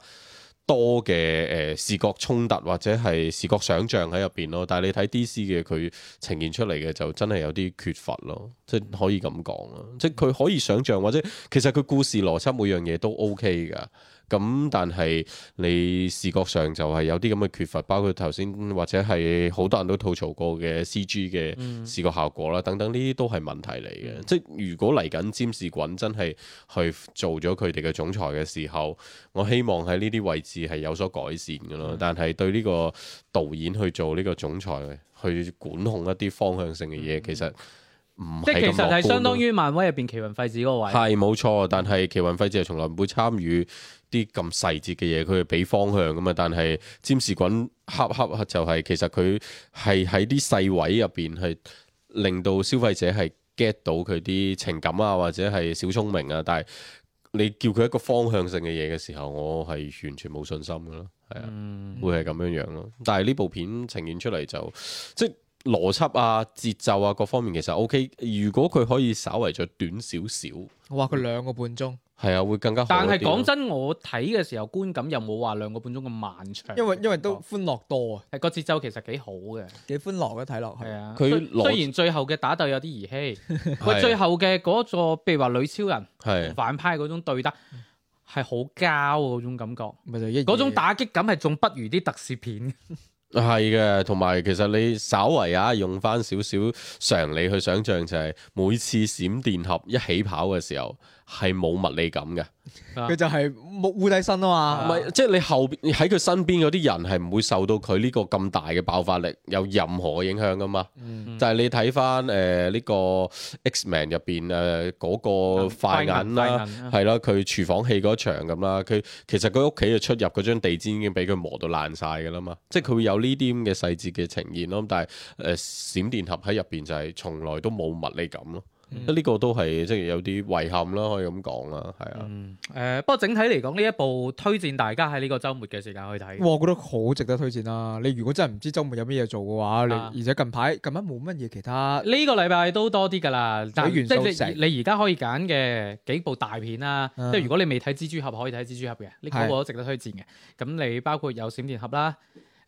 Speaker 5: 多嘅誒、呃、視覺衝突或者係視覺想像喺入邊咯。但係你睇 DC 嘅佢呈現出嚟嘅就真係有啲缺乏咯，即係可以咁講啦。即係佢可以想像或者其實佢故事邏輯每樣嘢都 OK 㗎。咁但係你視覺上就係有啲咁嘅缺乏，包括頭先或者係好多人都吐槽過嘅 CG
Speaker 3: 嗯
Speaker 5: 嘅視覺效果啦，等等呢啲都係問題嚟嘅。即係如果嚟緊占士滾真係去做咗佢哋嘅總裁嘅時候，我希望喺呢啲位置係有所改善嘅
Speaker 3: 嗯
Speaker 5: 咯。但係對呢個導演去做呢個總裁去管控一啲方向性嘅嘢，其實唔
Speaker 3: 嗯即係
Speaker 5: 係
Speaker 3: 其
Speaker 5: 咁
Speaker 3: 實係
Speaker 5: 樂觀
Speaker 3: 相
Speaker 5: 咯
Speaker 3: 當於漫威入邊奇雲廢子嗰個位。
Speaker 5: 係冇錯，但係奇雲費就從來唔會參與啲咁細節嘅嘢，佢係俾方向噶嘛。但係占士滾恰恰就係、其實佢係喺啲細位入邊係令到消費者係 get 到佢啲情感啊，或者係小聰明啊。但係你叫佢一個方向性嘅嘢嘅時候，我係完全冇信心噶咯，係啊。
Speaker 3: 嗯
Speaker 5: 會係咁樣樣咯。但係呢部片呈現出嚟就即係邏輯啊、節奏啊各方面其實 O、k 如果佢可以稍為再短少少，
Speaker 4: 我話佢兩個半鐘，
Speaker 5: 係啊，會更加好一
Speaker 3: 但
Speaker 5: 啲咯。
Speaker 3: 係講真，我睇嘅時候觀感又冇話兩個半鐘咁漫長，
Speaker 4: 因為因為都
Speaker 3: 哦
Speaker 4: 歡樂多啊，
Speaker 3: 係個節奏其實幾好嘅，
Speaker 4: 幾歡樂嘅睇落去
Speaker 3: 係。啊。
Speaker 5: 佢
Speaker 3: 雖
Speaker 5: 攞
Speaker 3: 雖然最後嘅打鬥有啲兒戲，
Speaker 5: 係
Speaker 3: 佢最後嘅嗰個譬如話女超人
Speaker 5: 係
Speaker 3: 反派嗰種對打係好膠嗰種感覺，
Speaker 5: 嗯
Speaker 4: 咪就一夜
Speaker 3: 嗰種打擊感係仲不如啲特攝片。
Speaker 5: 係嘅，同埋其實你稍為啊用翻少少常理去想像，就係每次閃電俠一起跑嘅時候係冇物理感嘅。
Speaker 4: 佢就係冇烏低身啊
Speaker 5: 唔
Speaker 4: 嘛，
Speaker 5: 係，即係你後邊喺佢身邊嗰啲人係唔會受到佢呢個咁大嘅爆發力有任何影響噶嘛。
Speaker 4: 嗯
Speaker 5: 就係你睇翻誒呢個 X-Men 入邊誒嗰個嗯快銀啊啦，係啦，佢廚房戲嗰場咁啦，佢其實佢屋企嘅出入嗰張地氈已經俾佢磨到爛晒㗎啦嘛，即係佢會有呢啲咁嘅細節嘅呈現咯。但係誒、呃閃電俠喺入邊就係從來都冇物理感咯，呢、個都係即係有啲遺憾啦，可以咁講啦，係啊。
Speaker 3: 嗯，誒、不過整體嚟講，呢一部推薦大家喺呢個週末嘅時間去睇。
Speaker 4: 哇我覺得好值得推薦啦。你如果真係唔知周末有咩嘢做嘅話，
Speaker 3: 啊
Speaker 4: 你而且近排近排冇乜嘢其他，
Speaker 3: 呢個禮拜都多啲㗎啦，但即
Speaker 4: 元素
Speaker 3: 係
Speaker 4: 成
Speaker 3: 你你而家可以揀嘅幾部大片啦，
Speaker 4: 嗯
Speaker 3: 即係如果你未睇蜘蛛俠，可以睇蜘蛛俠嘅，呢
Speaker 4: 係
Speaker 3: 個我都值得推薦嘅。咁你包括有閃電俠啦，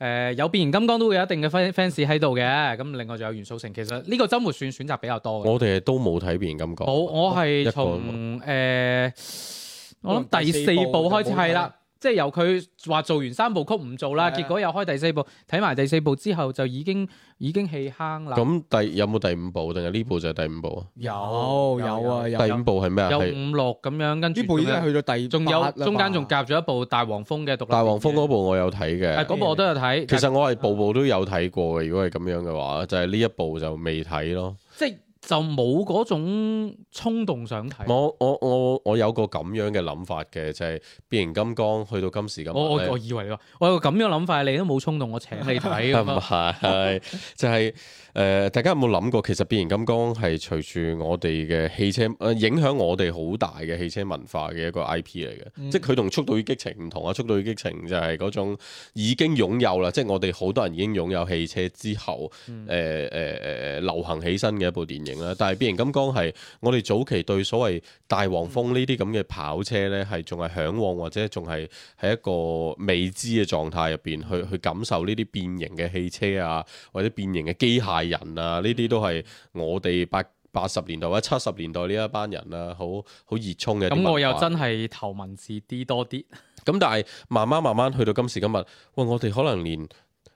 Speaker 3: 誒、有變形金剛都會有一定嘅 fan- fans 喺度嘅，咁另外仲有元素城，其實呢個週末算選擇比較多嘅。
Speaker 5: 我哋都冇睇變形金剛，
Speaker 3: 冇，我係
Speaker 5: 一個都
Speaker 3: 從誒，我諗第四
Speaker 4: 第四
Speaker 3: 部
Speaker 4: 部
Speaker 3: 開始
Speaker 4: 就冇睇
Speaker 3: 係啦。即係由佢話做完三部曲唔做啦，
Speaker 4: 係啊
Speaker 3: 結果又開第四部，睇埋第四部之後就已經已經棄坑啦。
Speaker 5: 咁第有冇第五部定係呢部就係第五部啊？
Speaker 4: 有有啊有
Speaker 5: 第五部係咩啊？
Speaker 3: 有
Speaker 5: 係
Speaker 3: 五六咁樣，跟住
Speaker 4: 呢部已經係去到第
Speaker 3: 仲
Speaker 4: 八
Speaker 3: 有
Speaker 4: 啦吧
Speaker 3: 中間仲夾咗一部大黃蜂嘅獨立。
Speaker 5: 大黃蜂嗰部我有睇
Speaker 3: 係
Speaker 5: 嘅，
Speaker 3: 嗰部我都有睇。
Speaker 5: 其實我係部部都有睇過嘅。如果係咁樣嘅話，就係呢一部就未睇咯。
Speaker 3: 即係就冇嗰種衝動想睇。
Speaker 5: 我我我我有個咁樣嘅諗法嘅，就係變形金剛去到今時今日
Speaker 3: 我我我
Speaker 5: 咧，
Speaker 3: 以為你話我有個咁樣諗法，你都冇衝動，我請你 睇 咁
Speaker 5: 唔
Speaker 3: 啊。
Speaker 5: 係就係誒，大家有冇諗過其實變形金剛係隨住我哋嘅汽車呃影響我哋好大嘅汽車文化嘅一個 IP 嚟嘅，即係佢同《速度與激情》唔同啊，《速度與激情》就係嗰種已經擁有啦，即係我哋好多人已經擁有汽車之後，呃誒誒誒誒呃流行起身嘅一部電影啦。但係變形金剛係我哋早期對所謂大黃蜂呢啲咁嘅跑車咧，係仲係向往或者仲係喺一個未知嘅狀態入邊去去感受呢啲變形嘅汽車啊，或者變形嘅機械人啊，呢啲都係我哋八八十年代或者七十年代呢一班人啊，好好熱衷嘅一啲文
Speaker 3: 咁
Speaker 5: 化。
Speaker 3: 我又真係頭文字 D 多啲。
Speaker 5: 咁但係慢慢慢慢去到今時今日，喂，我哋可能連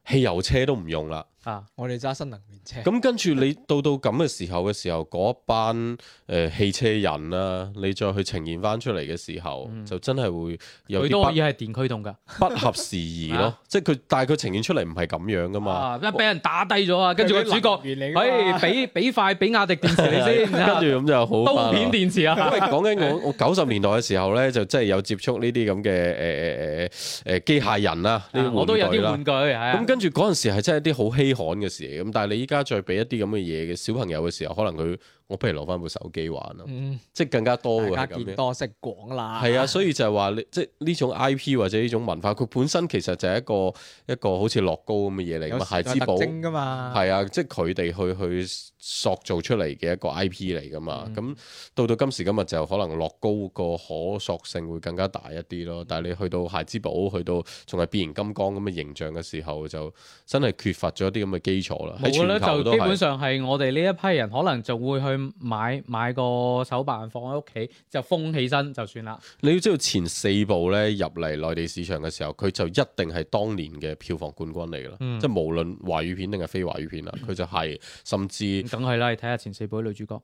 Speaker 5: 汽油車都唔用啦，
Speaker 3: 啊，
Speaker 4: 我哋揸新能源車，
Speaker 5: 咁跟住你到到咁嘅時候嘅時候，嗰一班誒、呃汽車人啦、你再去呈現翻出嚟嘅時候，就真係會
Speaker 3: 嗯
Speaker 5: 有
Speaker 3: 佢都可以
Speaker 5: 啲
Speaker 3: 係電驅動㗎，
Speaker 5: 不不合時宜咯
Speaker 3: 啊。
Speaker 5: 即係佢，但係佢呈現出嚟唔係咁樣噶嘛。
Speaker 3: 啊，俾人打低咗啊，跟住個主角，
Speaker 4: 原嚟
Speaker 3: 哎，俾俾塊比亞迪電池你先，
Speaker 5: 啊跟住咁就好
Speaker 3: 刀
Speaker 5: 翻啦
Speaker 3: 片電池啊
Speaker 5: 因，為講緊我我九十年代嘅時候咧，就真係有接觸呢啲咁呃嘅誒誒誒誒呃機械人啦，呢啲
Speaker 3: 啊我都有
Speaker 5: 玩具
Speaker 3: 啲
Speaker 5: 啦
Speaker 3: 玩具，係啊
Speaker 5: 咁跟住嗰陣時係真係一啲好稀罕嘅事嚟，咁但係你依家再俾一啲咁嘅嘢嘅小朋友嘅時候，可能佢我不如攞翻部手機玩咯，
Speaker 4: 嗯，
Speaker 5: 即係更加多嘅
Speaker 4: 大
Speaker 5: 係
Speaker 4: 家
Speaker 5: 咁
Speaker 4: 見
Speaker 5: 樣。
Speaker 4: 多識廣啦，
Speaker 5: 係啊，所以就係話你即係呢種 I P 或者呢種文化，佢本身其實就係一個一個好似樂高咁嘅嘢嚟㗎
Speaker 4: 有
Speaker 5: 嘛，
Speaker 4: 時代
Speaker 5: 孩
Speaker 4: 特
Speaker 5: 之寶
Speaker 4: 徵噶嘛，
Speaker 5: 係啊，即係佢哋去去塑造出嚟嘅一個 I P 嚟㗎嘛。
Speaker 4: 嗯
Speaker 5: 咁、到到今時今日就可能樂高個可塑性會更加大一啲咯。
Speaker 4: 嗯
Speaker 5: 但係你去到孩之寶，去到仲係變形金剛咁嘅形象嘅時候，就真係缺乏咗啲咁嘅基礎啦。喺
Speaker 3: 冇啦，
Speaker 5: 全球
Speaker 3: 就
Speaker 5: 都
Speaker 3: 基本
Speaker 5: 係。
Speaker 3: 上係我哋呢一批人可能就會去買買個手辦放喺屋企，就封起身就算啦。
Speaker 5: 你要知道前四部咧入嚟內地市場嘅時候，佢就一定係當年嘅票房冠軍嚟㗎啦。即係無論華語片定係非華語片啦，佢就係、甚至。
Speaker 3: 咁梗係啦，你睇下前四部啲女主角，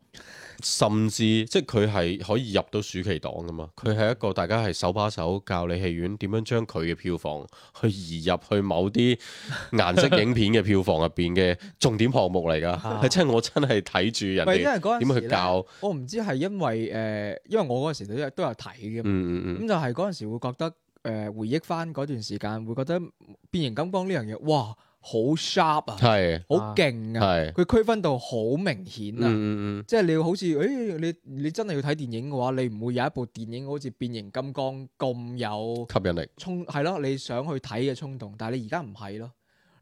Speaker 5: 甚至即係佢係可以入到暑期檔噶嘛？佢係一個大家係手把手教你戲院點樣將佢嘅票房去移入去某啲顏色影片嘅票房入邊嘅重點項目嚟㗎。係真係我真係睇住人
Speaker 4: 唔係因為
Speaker 5: 哋
Speaker 4: 嗰陣
Speaker 5: 點
Speaker 4: 時
Speaker 5: 去
Speaker 4: 咧
Speaker 5: 教。
Speaker 4: 我唔知係因為誒、呃因為我嗰陣時都有都有睇嘅，咁、
Speaker 5: 嗯嗯
Speaker 4: 就係嗰陣時會覺得誒、呃回憶翻嗰段時間，會覺得變形金剛呢樣嘢，哇，好 sharp
Speaker 5: 嗯，
Speaker 4: 啊，
Speaker 5: 係
Speaker 4: 好勁啊，
Speaker 5: 係，
Speaker 4: 佢區分到好明顯
Speaker 5: 嗯
Speaker 4: 啊。
Speaker 5: 嗯
Speaker 4: 即係你要好似，誒、你你真係要睇電影嘅話，你唔會有一部電影好似變形金剛咁有
Speaker 5: 嗯，吸引力
Speaker 4: 衝，係咯，你想去睇嘅衝動，但係你而家唔係咯。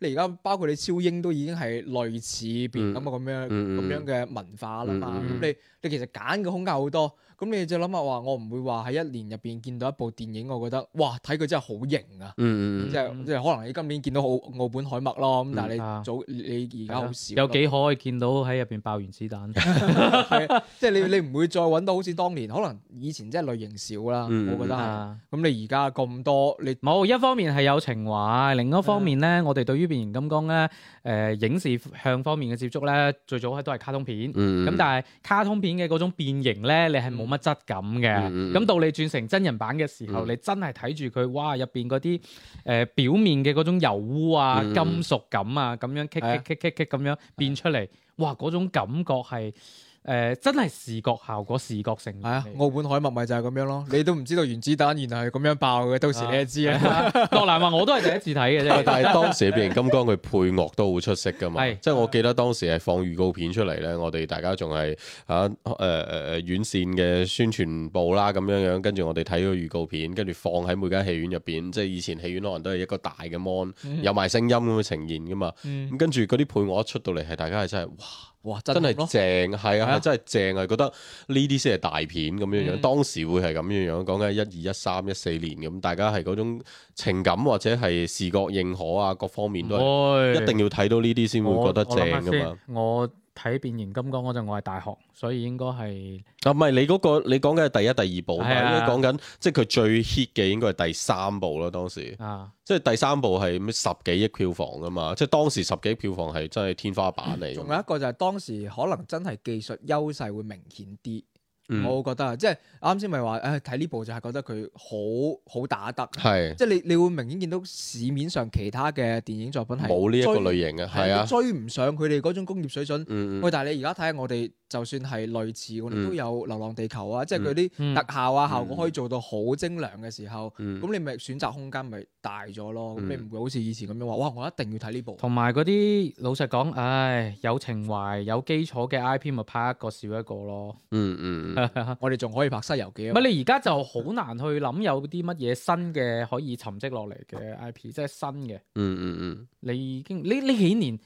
Speaker 4: 你而家包括你超英都已經係類似變形金剛咁樣咁、
Speaker 5: 嗯嗯
Speaker 4: 樣嘅文化啦嘛。咁、
Speaker 5: 嗯
Speaker 3: 嗯嗯
Speaker 4: 你你其實揀嘅空間好多，咁你就諗下話，我唔會話喺一年入邊見到一部電影，我覺得哇睇佢真係好型啊！
Speaker 5: 嗯，嗯嗯
Speaker 4: 即係即係可能你今年見到澳澳本海默咯，咁但係
Speaker 3: 嗯啊
Speaker 4: 你早你而家好少咯
Speaker 3: 有 幾可以見到喺入邊爆完子 彈。
Speaker 4: 係，啊即係你你唔會再揾到好似當年，可能以前真係類型少啦，
Speaker 5: 嗯
Speaker 4: 我覺得係。
Speaker 3: 啊
Speaker 4: 咁你而家咁多，你
Speaker 3: 冇，一方面係有情懷，另一方面咧，我哋對於變形金剛咧，誒、影視向方面嘅接觸咧，最早係都係卡通片。
Speaker 5: 嗯，
Speaker 3: 咁但係卡通片嘅嗰種變形咧，你係冇乜質感嘅。咁、
Speaker 5: 嗯嗯嗯
Speaker 3: 到你轉成真人版嘅時候，
Speaker 5: 嗯
Speaker 3: 你真係睇住佢，哇！入邊嗰啲誒表面嘅嗰種油污啊、
Speaker 5: 嗯嗯
Speaker 3: 金屬感啊，咁樣棘
Speaker 4: 係啊
Speaker 3: 棘棘棘棘咁樣變出嚟，哇！嗰種感覺係誒、呃真係視覺效果、視覺成
Speaker 5: 嗯
Speaker 4: 係啊
Speaker 3: 分，嚟。
Speaker 4: 澳本海默咪就係咁樣 咯，你都唔知道原子彈原來係咁樣爆嘅，到時你就知
Speaker 5: 啊
Speaker 4: 啦。
Speaker 3: 諾啊蘭話我都係第一次睇嘅啫。
Speaker 5: 但係當時嘅變形金剛佢配樂都好出色噶嘛，
Speaker 3: 係
Speaker 5: 即係我記得當時係放預告片出嚟咧，我哋大家仲係啊誒誒誒院線嘅宣傳部啦咁樣樣，跟住我哋睇個預告片，跟住放喺每間戲院入邊，即係以前戲院可能都係一個大嘅 mon，、有埋聲音咁嘅呈現噶嘛，咁、
Speaker 4: 嗯
Speaker 5: 跟住嗰啲配樂一出到嚟係大家係真係哇！
Speaker 4: 哇，
Speaker 5: 真係
Speaker 4: 係咯，
Speaker 5: 正，係
Speaker 4: 係
Speaker 5: 啊，
Speaker 4: 啊
Speaker 5: 係真係正啊！覺得呢啲先係大片咁樣樣，
Speaker 4: 嗯
Speaker 5: 當時會係咁樣樣，講緊一二一三一四年咁，大家係嗰種情感或者係視覺認可啊，各方面都係
Speaker 3: 會
Speaker 5: 一定要睇到呢啲先會覺得
Speaker 3: 我我諗下
Speaker 5: 正噶嘛。
Speaker 3: 先我睇變形金剛嗰陣，我係大學，所以應該係
Speaker 5: 啊，唔係你嗰個你講緊係第一、第二部嘛，
Speaker 3: 係
Speaker 5: 因
Speaker 3: 啊
Speaker 5: 為講緊即係佢最 hit 嘅應該係第三部啦，當時。
Speaker 3: 啊，
Speaker 5: 即係第三部係咩十幾億票房噶嘛，即係當時十幾億票房係真係啊天花板嚟㗎嘛。
Speaker 4: 仲有一個就係當時可能真係技術優勢會明顯啲，
Speaker 5: 嗯
Speaker 4: 我會覺得啊，即係啱先咪話，誒睇呢部就係覺得佢好好打得，
Speaker 5: 係
Speaker 4: 即係你你會明顯見到市面上其他嘅電影作品係
Speaker 5: 冇呢一個
Speaker 4: 追
Speaker 5: 類型嘅，係啊，
Speaker 4: 追唔上佢哋嗰種工業水準。
Speaker 5: 嗯
Speaker 4: 喂，但係你而家睇下我哋，就算係類似，我哋都
Speaker 5: 嗯
Speaker 4: 有《流浪地球》啊，即係佢
Speaker 3: 嗯
Speaker 4: 啲特效啊、
Speaker 5: 嗯
Speaker 4: 效果可以做到好精良嘅時候，
Speaker 5: 嗯
Speaker 4: 咁你咪選擇空間咪大咗咯。咁
Speaker 5: 嗯
Speaker 4: 你唔會好似以前咁樣話，哇！我一定要睇呢部。
Speaker 3: 同埋嗰啲老實講，唉，有情懷、有基礎嘅 IP 咪拍一個少一個咯。
Speaker 5: 嗯嗯嗯。
Speaker 3: 啊
Speaker 4: 我哋仲可以拍《西遊記》
Speaker 3: 唔
Speaker 4: 啊嘛。
Speaker 3: 係你而家就好難去諗有啲乜嘢新嘅可以沉積落嚟嘅 IP，即係新嘅。
Speaker 5: 嗯嗯嗯，
Speaker 3: 你已經呢呢幾年，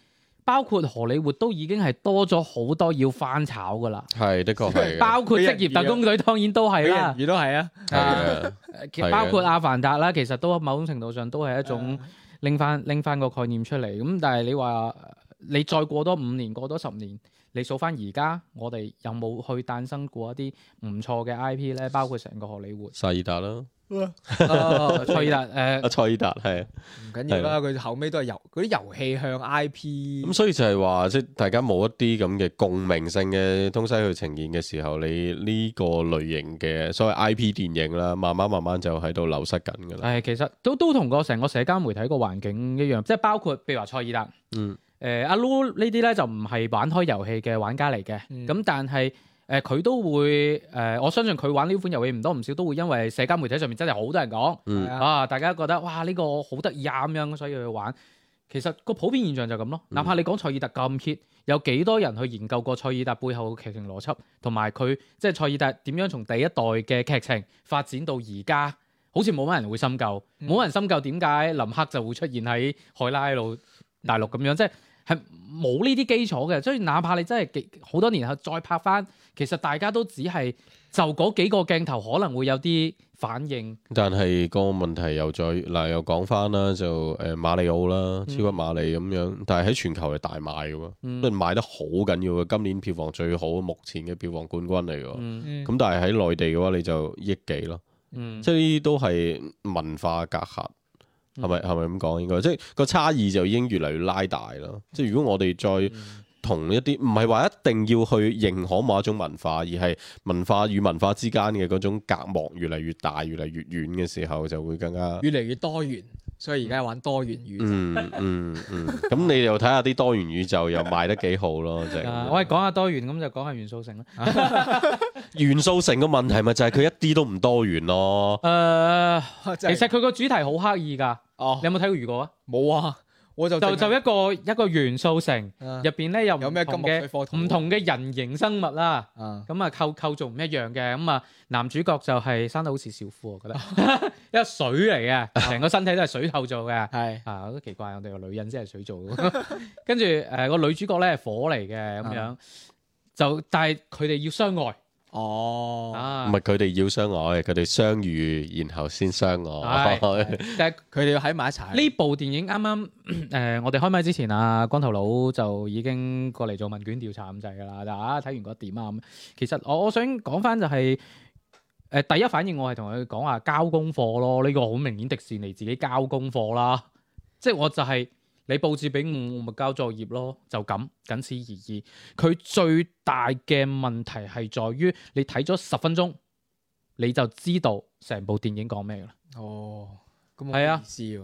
Speaker 3: 包括荷里活都已經係多咗好多要翻炒噶啦，
Speaker 5: 係的確係嘅，
Speaker 3: 包括職業特工隊當然都係
Speaker 4: 美
Speaker 3: 啦
Speaker 4: 啊人。魚都係啊，
Speaker 5: 係嘅
Speaker 3: 誒其
Speaker 5: 係嘅
Speaker 3: 包括阿凡達啦，其實都某種程度上都係一種拎翻拎翻個概念出嚟。咁但係你話呃你再過多五年，過多十年，你數翻而家我哋有冇去誕生過一啲唔錯嘅 IP 咧？包括成個荷里活，呃
Speaker 5: 薩爾達啦，
Speaker 4: 哦
Speaker 3: 蔡達誒
Speaker 5: 阿塞爾達係啊嗯
Speaker 4: 唔緊要啦，佢後尾都係遊嗰啲遊戲向 I P
Speaker 5: 咁，所以就係話即係大家冇一啲咁嘅共鳴性嘅東西去呈現嘅時候，你呢個類型嘅所謂 I P 電影啦，慢慢慢慢就喺度流失緊㗎啦。
Speaker 3: 誒，呃其實都都同個成個社交媒體個環境一樣，即係包括譬如話塞爾達，
Speaker 5: 嗯，
Speaker 3: 誒呃阿 Lu 呢啲咧就唔係玩開遊戲嘅玩家嚟嘅，咁、
Speaker 4: 嗯
Speaker 3: 但係誒佢都會誒、呃我相信佢玩呢款遊戲唔多唔少都會因為社交媒體上面真係好多人講，
Speaker 5: 嗯
Speaker 4: 係啊
Speaker 3: 啊大家覺得哇呢、個好得意啊咁樣，所以去玩。其實個普遍現象就咁咯，
Speaker 5: 嗯
Speaker 3: 哪怕你講塞爾達咁 hit，有幾多人去研究過塞爾達背後嘅劇情邏輯，同埋佢即係塞爾達點樣從第一代嘅劇情發展到而家，好似冇乜人會深究，
Speaker 4: 嗯
Speaker 3: 冇、人深究點解林克就會出現喺海拉路大陸咁樣，即係係冇呢啲基礎嘅。所以哪怕你真係幾好多年後再拍翻，其實大家都只係就嗰幾個鏡頭可能會有啲反應。
Speaker 5: 但係個問題又再嗱，又講翻啦，就誒馬里奧啦，超級馬里咁樣，但係喺全球係大賣嘅喎，
Speaker 3: 嗯
Speaker 5: 都係賣得好緊要嘅。今年票房最好，目前嘅票房冠軍嚟嘅喎。
Speaker 3: 嗯
Speaker 4: 嗯
Speaker 5: 咁但係喺內地嘅話，你就億幾咯，
Speaker 3: 嗯，
Speaker 5: 即係呢啲都係文化隔閡，
Speaker 3: 嗯
Speaker 5: 係咪係咪咁講？應該即係個差異就已經越嚟越拉大啦。即係如果我哋再
Speaker 3: 嗯
Speaker 5: 同一啲唔係話一定要去認可某一種文化，而係文化與文化之間嘅嗰種隔膜越嚟越大、越嚟越遠嘅時候，就會 更加
Speaker 4: 越嚟越多元，所以而家玩多元宇宙。
Speaker 5: 嗯嗯嗯。咁、你又睇下啲多元宇宙又賣得幾好咯，就係咁樣、
Speaker 3: 啊我係講下多元，咁就講下元素 性啦。
Speaker 5: 元素城嘅問題咪就係佢一啲都唔多元咯。
Speaker 3: 誒、
Speaker 4: 其
Speaker 3: 其實佢個主題好刻意㗎，
Speaker 4: 哦
Speaker 3: 你有冇睇過預告啊？
Speaker 4: 冇啊，我就
Speaker 3: 就
Speaker 4: 淨係
Speaker 3: 就一個一個元素城
Speaker 4: 啊
Speaker 3: 入邊咧有唔
Speaker 4: 有咩金
Speaker 3: 同
Speaker 4: 木
Speaker 3: 嘅
Speaker 4: 水火土
Speaker 3: 唔同嘅人形生物啦。
Speaker 4: 啊，
Speaker 3: 咁啊構構造唔一樣嘅，咁啊男主角就係生得好似少婦，我覺得， 因為水嚟嘅，成個身體都係水構造嘅。
Speaker 4: 係
Speaker 3: 啊，都奇怪，我哋個女人先係水做 嘅，跟住誒個女主角咧係火嚟嘅咁樣，就但係佢哋要相愛
Speaker 4: 哦，
Speaker 5: 唔
Speaker 3: 啊
Speaker 5: 係，佢哋要相愛，佢哋相遇然後先相愛。
Speaker 3: 係但係
Speaker 4: 佢哋要喺埋一齊。
Speaker 3: 呢部電影啱 啱誒，我哋開麥之前啊，光頭佬就已經過嚟做問卷調查咁滯㗎啦。大家睇完個點啊咁，其實我我想講翻就係、誒、第一反應我係同佢講話交功課咯，呢、個好明顯迪士尼自己交功課啦。即係我就係、你佈置俾我，我咪交作業咯，就咁，僅此而已。佢最大嘅問題係在於你睇咗十分鐘，你就知道成部電影講咩㗎啦。
Speaker 4: 哦，咁
Speaker 3: 係啊
Speaker 4: 我唔知喎。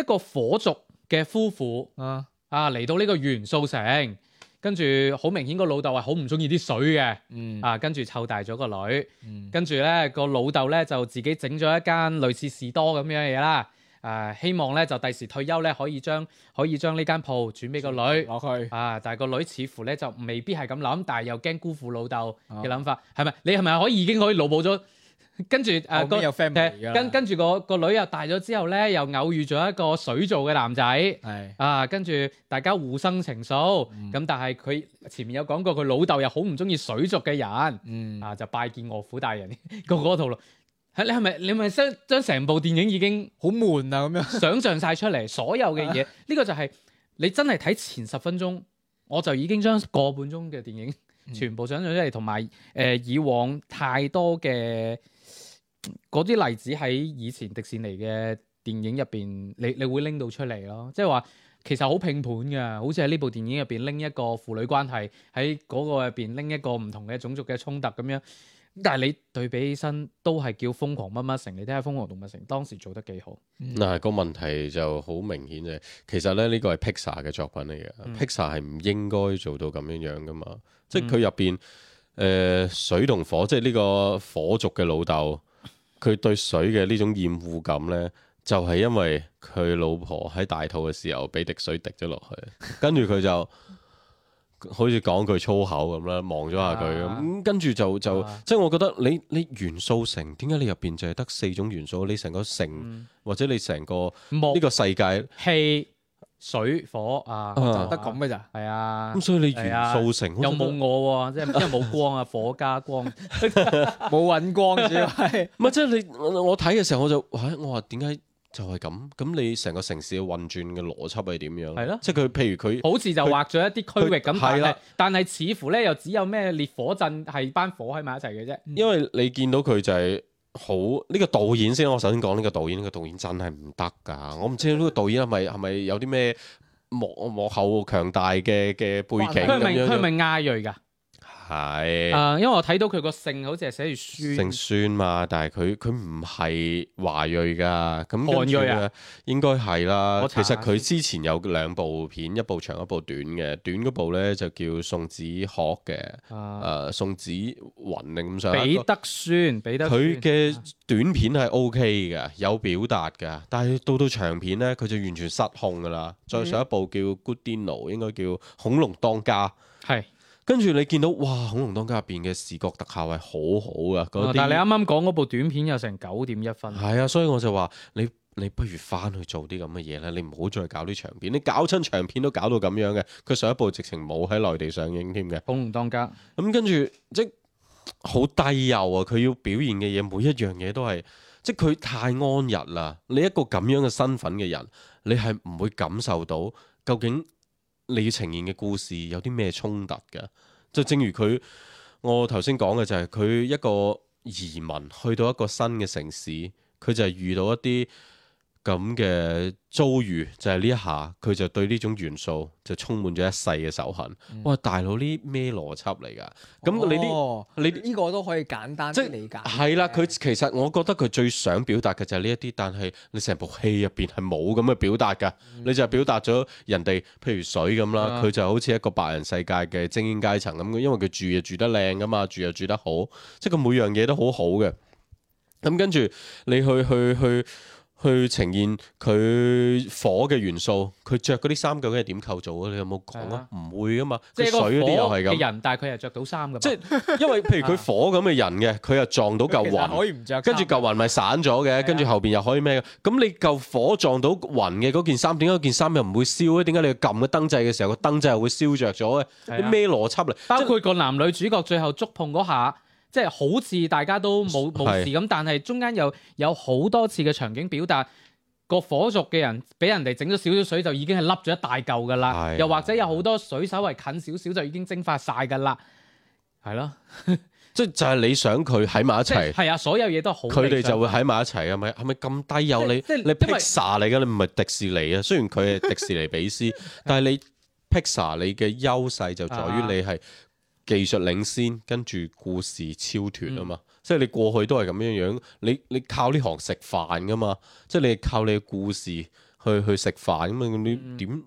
Speaker 3: 一個火族嘅夫婦
Speaker 4: 啊，
Speaker 3: 啊嚟到呢個元素城，跟住好明顯個老豆係好唔中意啲水嘅，
Speaker 4: 嗯
Speaker 3: 啊跟住湊大咗個女，
Speaker 4: 嗯
Speaker 3: 跟住咧個老豆咧就自己整咗一間類似士多咁樣嘅嘢啦，啊希望咧就第時退休咧可以將可以將呢間鋪轉俾個女。
Speaker 4: 落去
Speaker 3: 啊！但係個女似乎咧就未必係咁諗，但係又驚辜負老豆嘅
Speaker 4: 哦
Speaker 3: 諗法，係咪、你係咪可以已經可以腦補咗？跟住
Speaker 4: 後
Speaker 3: 誒個
Speaker 4: 面有 family 㗎啦
Speaker 3: 跟跟住個個女又大咗之後咧，又偶遇咗一個水做嘅男仔。
Speaker 4: 係
Speaker 3: 啊，跟住大家互生情愫，咁、
Speaker 4: 嗯
Speaker 3: 但係佢前面有講過，佢老豆又好唔中意水族嘅人，
Speaker 4: 嗯
Speaker 3: 啊就拜見岳父大人 個嗰套咯。係你係咪你係咪將將成部電影已經
Speaker 4: 好悶啊 咁樣。
Speaker 3: 想像晒出嚟，所有嘅嘢，呢個就係、你真係睇前十分鐘，我就已經將個半鐘嘅電影
Speaker 4: 嗯
Speaker 3: 全部想像出嚟，同埋誒以往太多嘅嗰啲例子喺以前迪士尼嘅電影入邊，你你會拎到出嚟咯，即係話。其實好拼盤㗎，好似喺呢部電影入邊拎一個父女關係，喺嗰個入邊拎一個唔同嘅種族嘅衝突咁樣。但係你對比起身都係叫瘋狂乜乜城，你睇下瘋狂動物城當時做得幾好。
Speaker 5: 嗱個問題就好明顯嘅，其實咧呢個係 Pixar 嘅作品嚟嘅、
Speaker 3: 嗯
Speaker 5: p i x a r 係唔應該做到咁樣樣噶嘛，即係佢入邊誒水同火，即係呢個火族嘅老豆，佢對水嘅呢種厭惡感咧，就係、因為佢老婆喺大肚嘅時候俾滴水滴咗落去，跟住佢就。好似講句粗口咁啦，望咗下佢咁，
Speaker 3: 啊
Speaker 5: 咁跟住就就
Speaker 3: 啊
Speaker 5: 即係我覺得你你元素城點解你入邊就係得四種元素？你成個城、或者你成個
Speaker 3: 嗯木啊
Speaker 5: 呢個世界
Speaker 3: 氣、水、火啊，
Speaker 5: 啊
Speaker 4: 哦就得咁嘅 咋。
Speaker 3: 係啊
Speaker 5: 咁，。所以你
Speaker 3: 係
Speaker 5: 元
Speaker 3: 啊
Speaker 5: 素城
Speaker 3: 有冇我喎？即係因為冇光啊，火加光。
Speaker 4: 冇揾光主要係
Speaker 5: 唔係即係你我我睇嘅時候我就哇我話點解就係咁？咁你成個城市嘅運轉嘅邏輯係點樣？
Speaker 3: 係咯
Speaker 5: 即係佢譬如佢
Speaker 3: 好似就畫咗一啲區域咁，
Speaker 5: 佢
Speaker 3: 但
Speaker 5: 係
Speaker 3: 係
Speaker 5: 啦
Speaker 3: 但係似乎咧又只有咩烈火陣係班火喺埋一齊嘅啫。
Speaker 5: 因為你見到佢就係好呢、個導演先，我首先講呢個導演，呢、個導演真係唔得㗎。我唔知呢個導演係咪係咪有啲咩幕幕後強大嘅嘅背景
Speaker 3: 佢係咪佢係
Speaker 5: 咁樣樣？
Speaker 3: 咪亞裔㗎？
Speaker 5: 係。
Speaker 3: 啊，因為我睇到佢個姓好似係寫住
Speaker 5: 姓
Speaker 3: 孫，
Speaker 5: 孫嘛，但係佢佢唔係華裔噶，咁
Speaker 3: 韓
Speaker 5: 跟住
Speaker 3: 裔啊
Speaker 5: 咧，應該係啦
Speaker 3: 我。
Speaker 5: 其
Speaker 3: 查下
Speaker 5: 實佢之前有兩部片，一部長一部短嘅，短嗰部咧就叫宋子學嘅，誒、
Speaker 3: 啊
Speaker 5: 宋子雲定咁上下。
Speaker 3: 彼得孫，彼得孫
Speaker 5: 佢嘅短片係 O K 嘅，有表達嘅，但係到到長片咧，佢就完全失控噶啦。再上一部叫《Good Dino》，應該叫《恐龍當家》。
Speaker 3: 係，
Speaker 5: 跟住你見到哇，《恐龍當家》入邊嘅視覺特效係好好噶，嗰
Speaker 3: 啊
Speaker 5: 啲
Speaker 3: 但係你啱啱講嗰部短片有成九點一分，
Speaker 5: 係啊，所以我就話你你不如翻去做啲咁嘅嘢啦，你唔好再搞啲長片，你搞親長片都搞到咁樣嘅。佢上一部直情冇喺內地上映添嘅，
Speaker 3: 恐龍當家
Speaker 5: 咁跟住即係好低幼啊！佢要表現嘅嘢，每一樣嘢都係即係佢太安逸啦。你一個咁樣嘅身份嘅人，你係唔會感受到究竟你要呈現嘅故事有啲咩衝突嘅。就正如佢我頭先講嘅，就係佢一個移民去到一個新嘅城市，佢就係遇到一啲咁嘅遭遇，就係呢一下佢就對呢種元素就充滿咗一世嘅仇恨。哇！大佬呢咩邏輯嚟㗎？咁你啲
Speaker 4: 哦
Speaker 5: 你啲
Speaker 4: 呢個都可以簡單
Speaker 5: 即
Speaker 4: 啲
Speaker 5: 係
Speaker 4: 理解。
Speaker 5: 係啦，佢其實我覺得佢最想表達嘅就係呢一啲，但係你成部戲入邊係冇咁嘅表達㗎，你就係表達咗人哋譬如水咁啦，
Speaker 3: 嗯啊
Speaker 5: 佢、就好似一個白人世界嘅精英階層咁，因為佢住又住得靚㗎嘛，住又住得好，即係佢每樣嘢都好好嘅。咁跟住你去去去去呈現佢火嘅元素，佢着嗰啲衫究竟係點構造啊？你有冇講啊？唔會㗎嘛，
Speaker 3: 即
Speaker 5: 佢
Speaker 3: 係個
Speaker 5: 水
Speaker 3: 火
Speaker 5: 嗰啲又係
Speaker 3: 嘅
Speaker 5: 咁。
Speaker 3: 人，但係佢係着到衫㗎，
Speaker 5: 即係因為譬如佢火咁嘅人嘅，佢又撞到嚿
Speaker 4: 其實
Speaker 5: 雲，
Speaker 4: 可以唔着衫，
Speaker 5: 跟住嚿雲咪散咗嘅，
Speaker 4: 啊
Speaker 5: 跟住後邊又可以咩嘅？咁你嚿火撞到雲嘅嗰件衫，點解件衫又唔會燒咧？點解你撳個燈掣嘅時候個燈掣又會燒着咗
Speaker 3: 係啊
Speaker 5: 嘅？你咩邏輯嚟？
Speaker 3: 包括個男女主角最後觸碰嗰下，即係好似大家都冇冇
Speaker 5: 係
Speaker 3: 事咁，但係中間又有好多次嘅場景表達。個火族嘅人俾人哋整咗少少水就已經係笠咗一大嚿㗎啦，
Speaker 5: 係
Speaker 3: 又或者有好多水稍為近少少就已經蒸發晒㗎啦，係咯，
Speaker 5: 即係就係你想佢喺埋一
Speaker 3: 即係
Speaker 5: 齊，
Speaker 3: 係啊，所有嘢都好理想。
Speaker 5: 佢哋就會喺埋一齊，係咪？係咪咁低幼？
Speaker 3: 即
Speaker 5: 你
Speaker 3: 即
Speaker 5: 你
Speaker 3: 因為
Speaker 5: Pixar 嚟嘅，你唔係迪士尼啊。雖然佢 係迪士尼比斯，但係你 Pixar 你嘅優勢就在
Speaker 3: 啊
Speaker 5: 於你係技術領先，跟住故事超脱啊
Speaker 3: 嗯
Speaker 5: 嘛。即係你過去都係咁樣樣，你你靠呢行食飯噶嘛，即係你係靠你嘅故事去去食飯咁啊！你點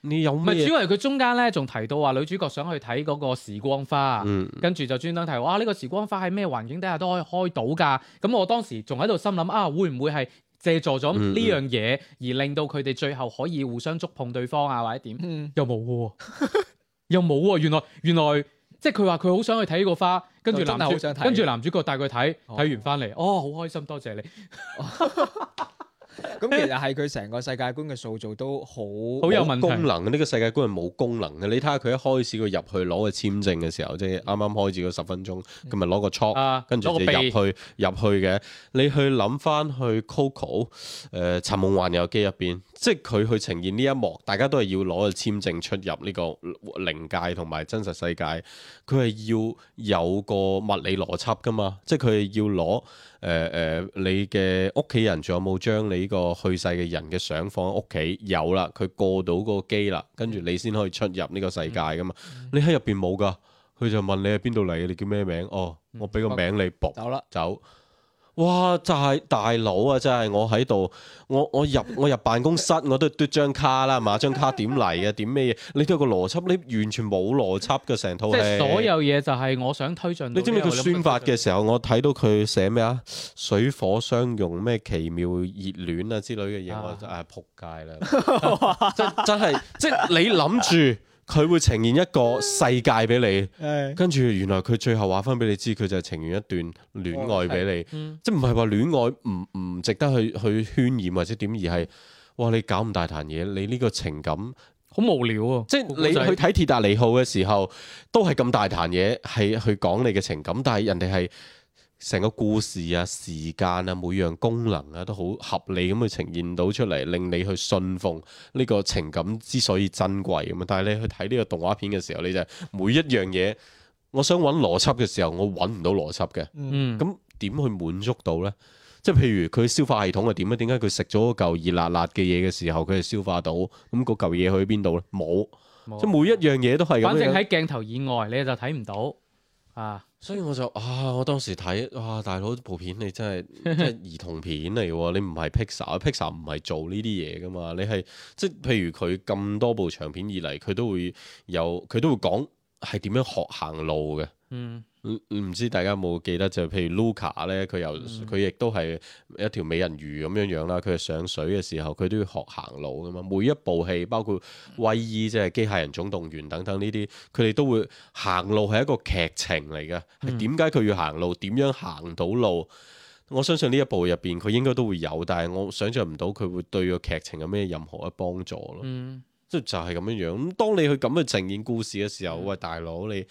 Speaker 5: 你有
Speaker 3: 嗯唔係，主
Speaker 5: 咩？
Speaker 3: 要係佢中間咧仲提到話女主角想去睇嗰個時光花，啊
Speaker 5: 嗯，
Speaker 3: 跟住就專登提哇呢、個時光花喺咩環境底下都可以開到㗎。咁我當時仲喺度心諗啊，會唔會係借助咗
Speaker 5: 嗯
Speaker 3: 呢樣嘢而令到佢哋最後可以互相觸碰對方啊，或者點？
Speaker 4: 嗯
Speaker 3: 又冇喎、又冇喎、原來原來即係佢話佢好想去睇呢個花，跟住
Speaker 5: 哦
Speaker 4: 就真
Speaker 3: 男
Speaker 4: 係好
Speaker 3: 主
Speaker 4: 想睇
Speaker 3: 跟住男主角帶佢睇，
Speaker 4: 哦
Speaker 3: 睇完翻嚟，哦好開心，多謝你。
Speaker 4: 咁其實係佢成個世界觀嘅塑造都 好
Speaker 3: 好有
Speaker 5: 冇
Speaker 3: 問題
Speaker 5: 功能嘅呢個世界觀係冇功能嘅。你睇下佢一開始佢入去攞個簽證嘅時候，即係啱啱開始嗰十分鐘，佢咪攞個 chok
Speaker 3: 嗯啊，
Speaker 5: 哦跟住
Speaker 3: 攞
Speaker 5: 就
Speaker 3: 個
Speaker 5: 入
Speaker 3: 鼻
Speaker 5: 去入去嘅。你去諗翻去 Coco 誒、呃《尋夢環遊記》入邊，即係佢去呈現呢一幕，大家都係要攞個簽證出入呢個靈界同埋真實世界，佢係要有個物理邏輯噶嘛，即係佢係要攞誒誒呃你嘅屋企人仲有冇將你呢個去世嘅人嘅相放喺屋企？有啦，佢過到嗰個機啦，跟住你先可以出入呢個世界
Speaker 3: 嗯
Speaker 5: 噶嘛。你喺入邊冇噶，佢就問你係邊度嚟嘅，你叫咩名？哦，我俾個名你，卜
Speaker 4: 走啦。
Speaker 5: 走。哇！就係大佬啊，真係我喺度，我我入我入辦公室，我都嘟張卡啦，係嘛張卡點嚟嘅，點咩嘢？你都有個邏輯，你完全冇邏輯嘅成套
Speaker 3: 即
Speaker 5: 戲。
Speaker 3: 係所有嘢就係我想推進到
Speaker 5: 你
Speaker 3: 呢個
Speaker 5: 知
Speaker 3: 諗法上。
Speaker 5: 唔知佢宣發嘅時候，我睇到佢寫咩 啊？水火相容，咩奇妙熱戀啊之類嘅嘢，
Speaker 3: 啊
Speaker 5: 我就啊仆街啦！ 真真係即係你諗住佢會呈現一個世界 俾你。
Speaker 4: 係
Speaker 5: 跟住原來佢最後話翻俾你知，佢就係情願一段戀愛俾你，
Speaker 3: 哦
Speaker 5: 即係
Speaker 3: 嗯
Speaker 5: 唔係話戀愛唔唔值得去去渲染或者點，而係哇你搞咁大壇嘢，你呢個情感，
Speaker 3: 好無聊啊！
Speaker 5: 即係你去睇鐵達尼號嘅時候，都係咁大壇嘢，係去講你嘅情感，但係人哋係成個故事啊、時間啊、每樣功能啊，都好合理咁去呈現到出嚟，令你去信奉呢個情感之所以珍貴咁啊。但係你去睇呢個動畫片嘅時候，你就係每一樣嘢，我想揾邏輯嘅時候，我揾唔到邏輯嘅。
Speaker 3: 嗯，
Speaker 5: 咁點去滿足到咧？即係譬如佢消化系統係啊點咧？點解佢食咗嗰嚿熱辣辣嘅嘢嘅時候，佢係消化到？咁嗰嚿嘢去邊度咧？冇，
Speaker 3: 冇
Speaker 5: 即係每一樣嘢都係咁
Speaker 3: 哦反正
Speaker 5: 樣。
Speaker 3: 喺鏡頭以外你就睇唔到啊。
Speaker 5: 所以我就啊，我當時睇哇，大佬部片你真 係即係兒童片嚟喎，你唔係 Pixar，Pixar 唔係做呢啲嘢噶嘛，你係即係譬如佢咁多部長片以嚟，佢都會有佢都會講係點樣學行路嘅。
Speaker 3: 嗯，
Speaker 5: 唔唔知大家有冇記得就譬如 Luca 咧，佢由佢亦都係一條美人魚咁樣樣啦。佢上水嘅時候，佢都要學行路噶嘛。每一部戲，包括威伊即係機械人總動員等等呢啲，佢哋都會行路係一個劇情嚟嘅。係點解佢要行路？點樣行到路？我相信呢一部入邊佢應該都會有，但係我想象唔到佢會對個劇情有咩任何嘅幫助咯。
Speaker 3: 嗯，
Speaker 5: 即係就係咁樣樣。咁當你去咁去呈現故事嘅時
Speaker 3: 嗯
Speaker 5: 候，喂大佬，你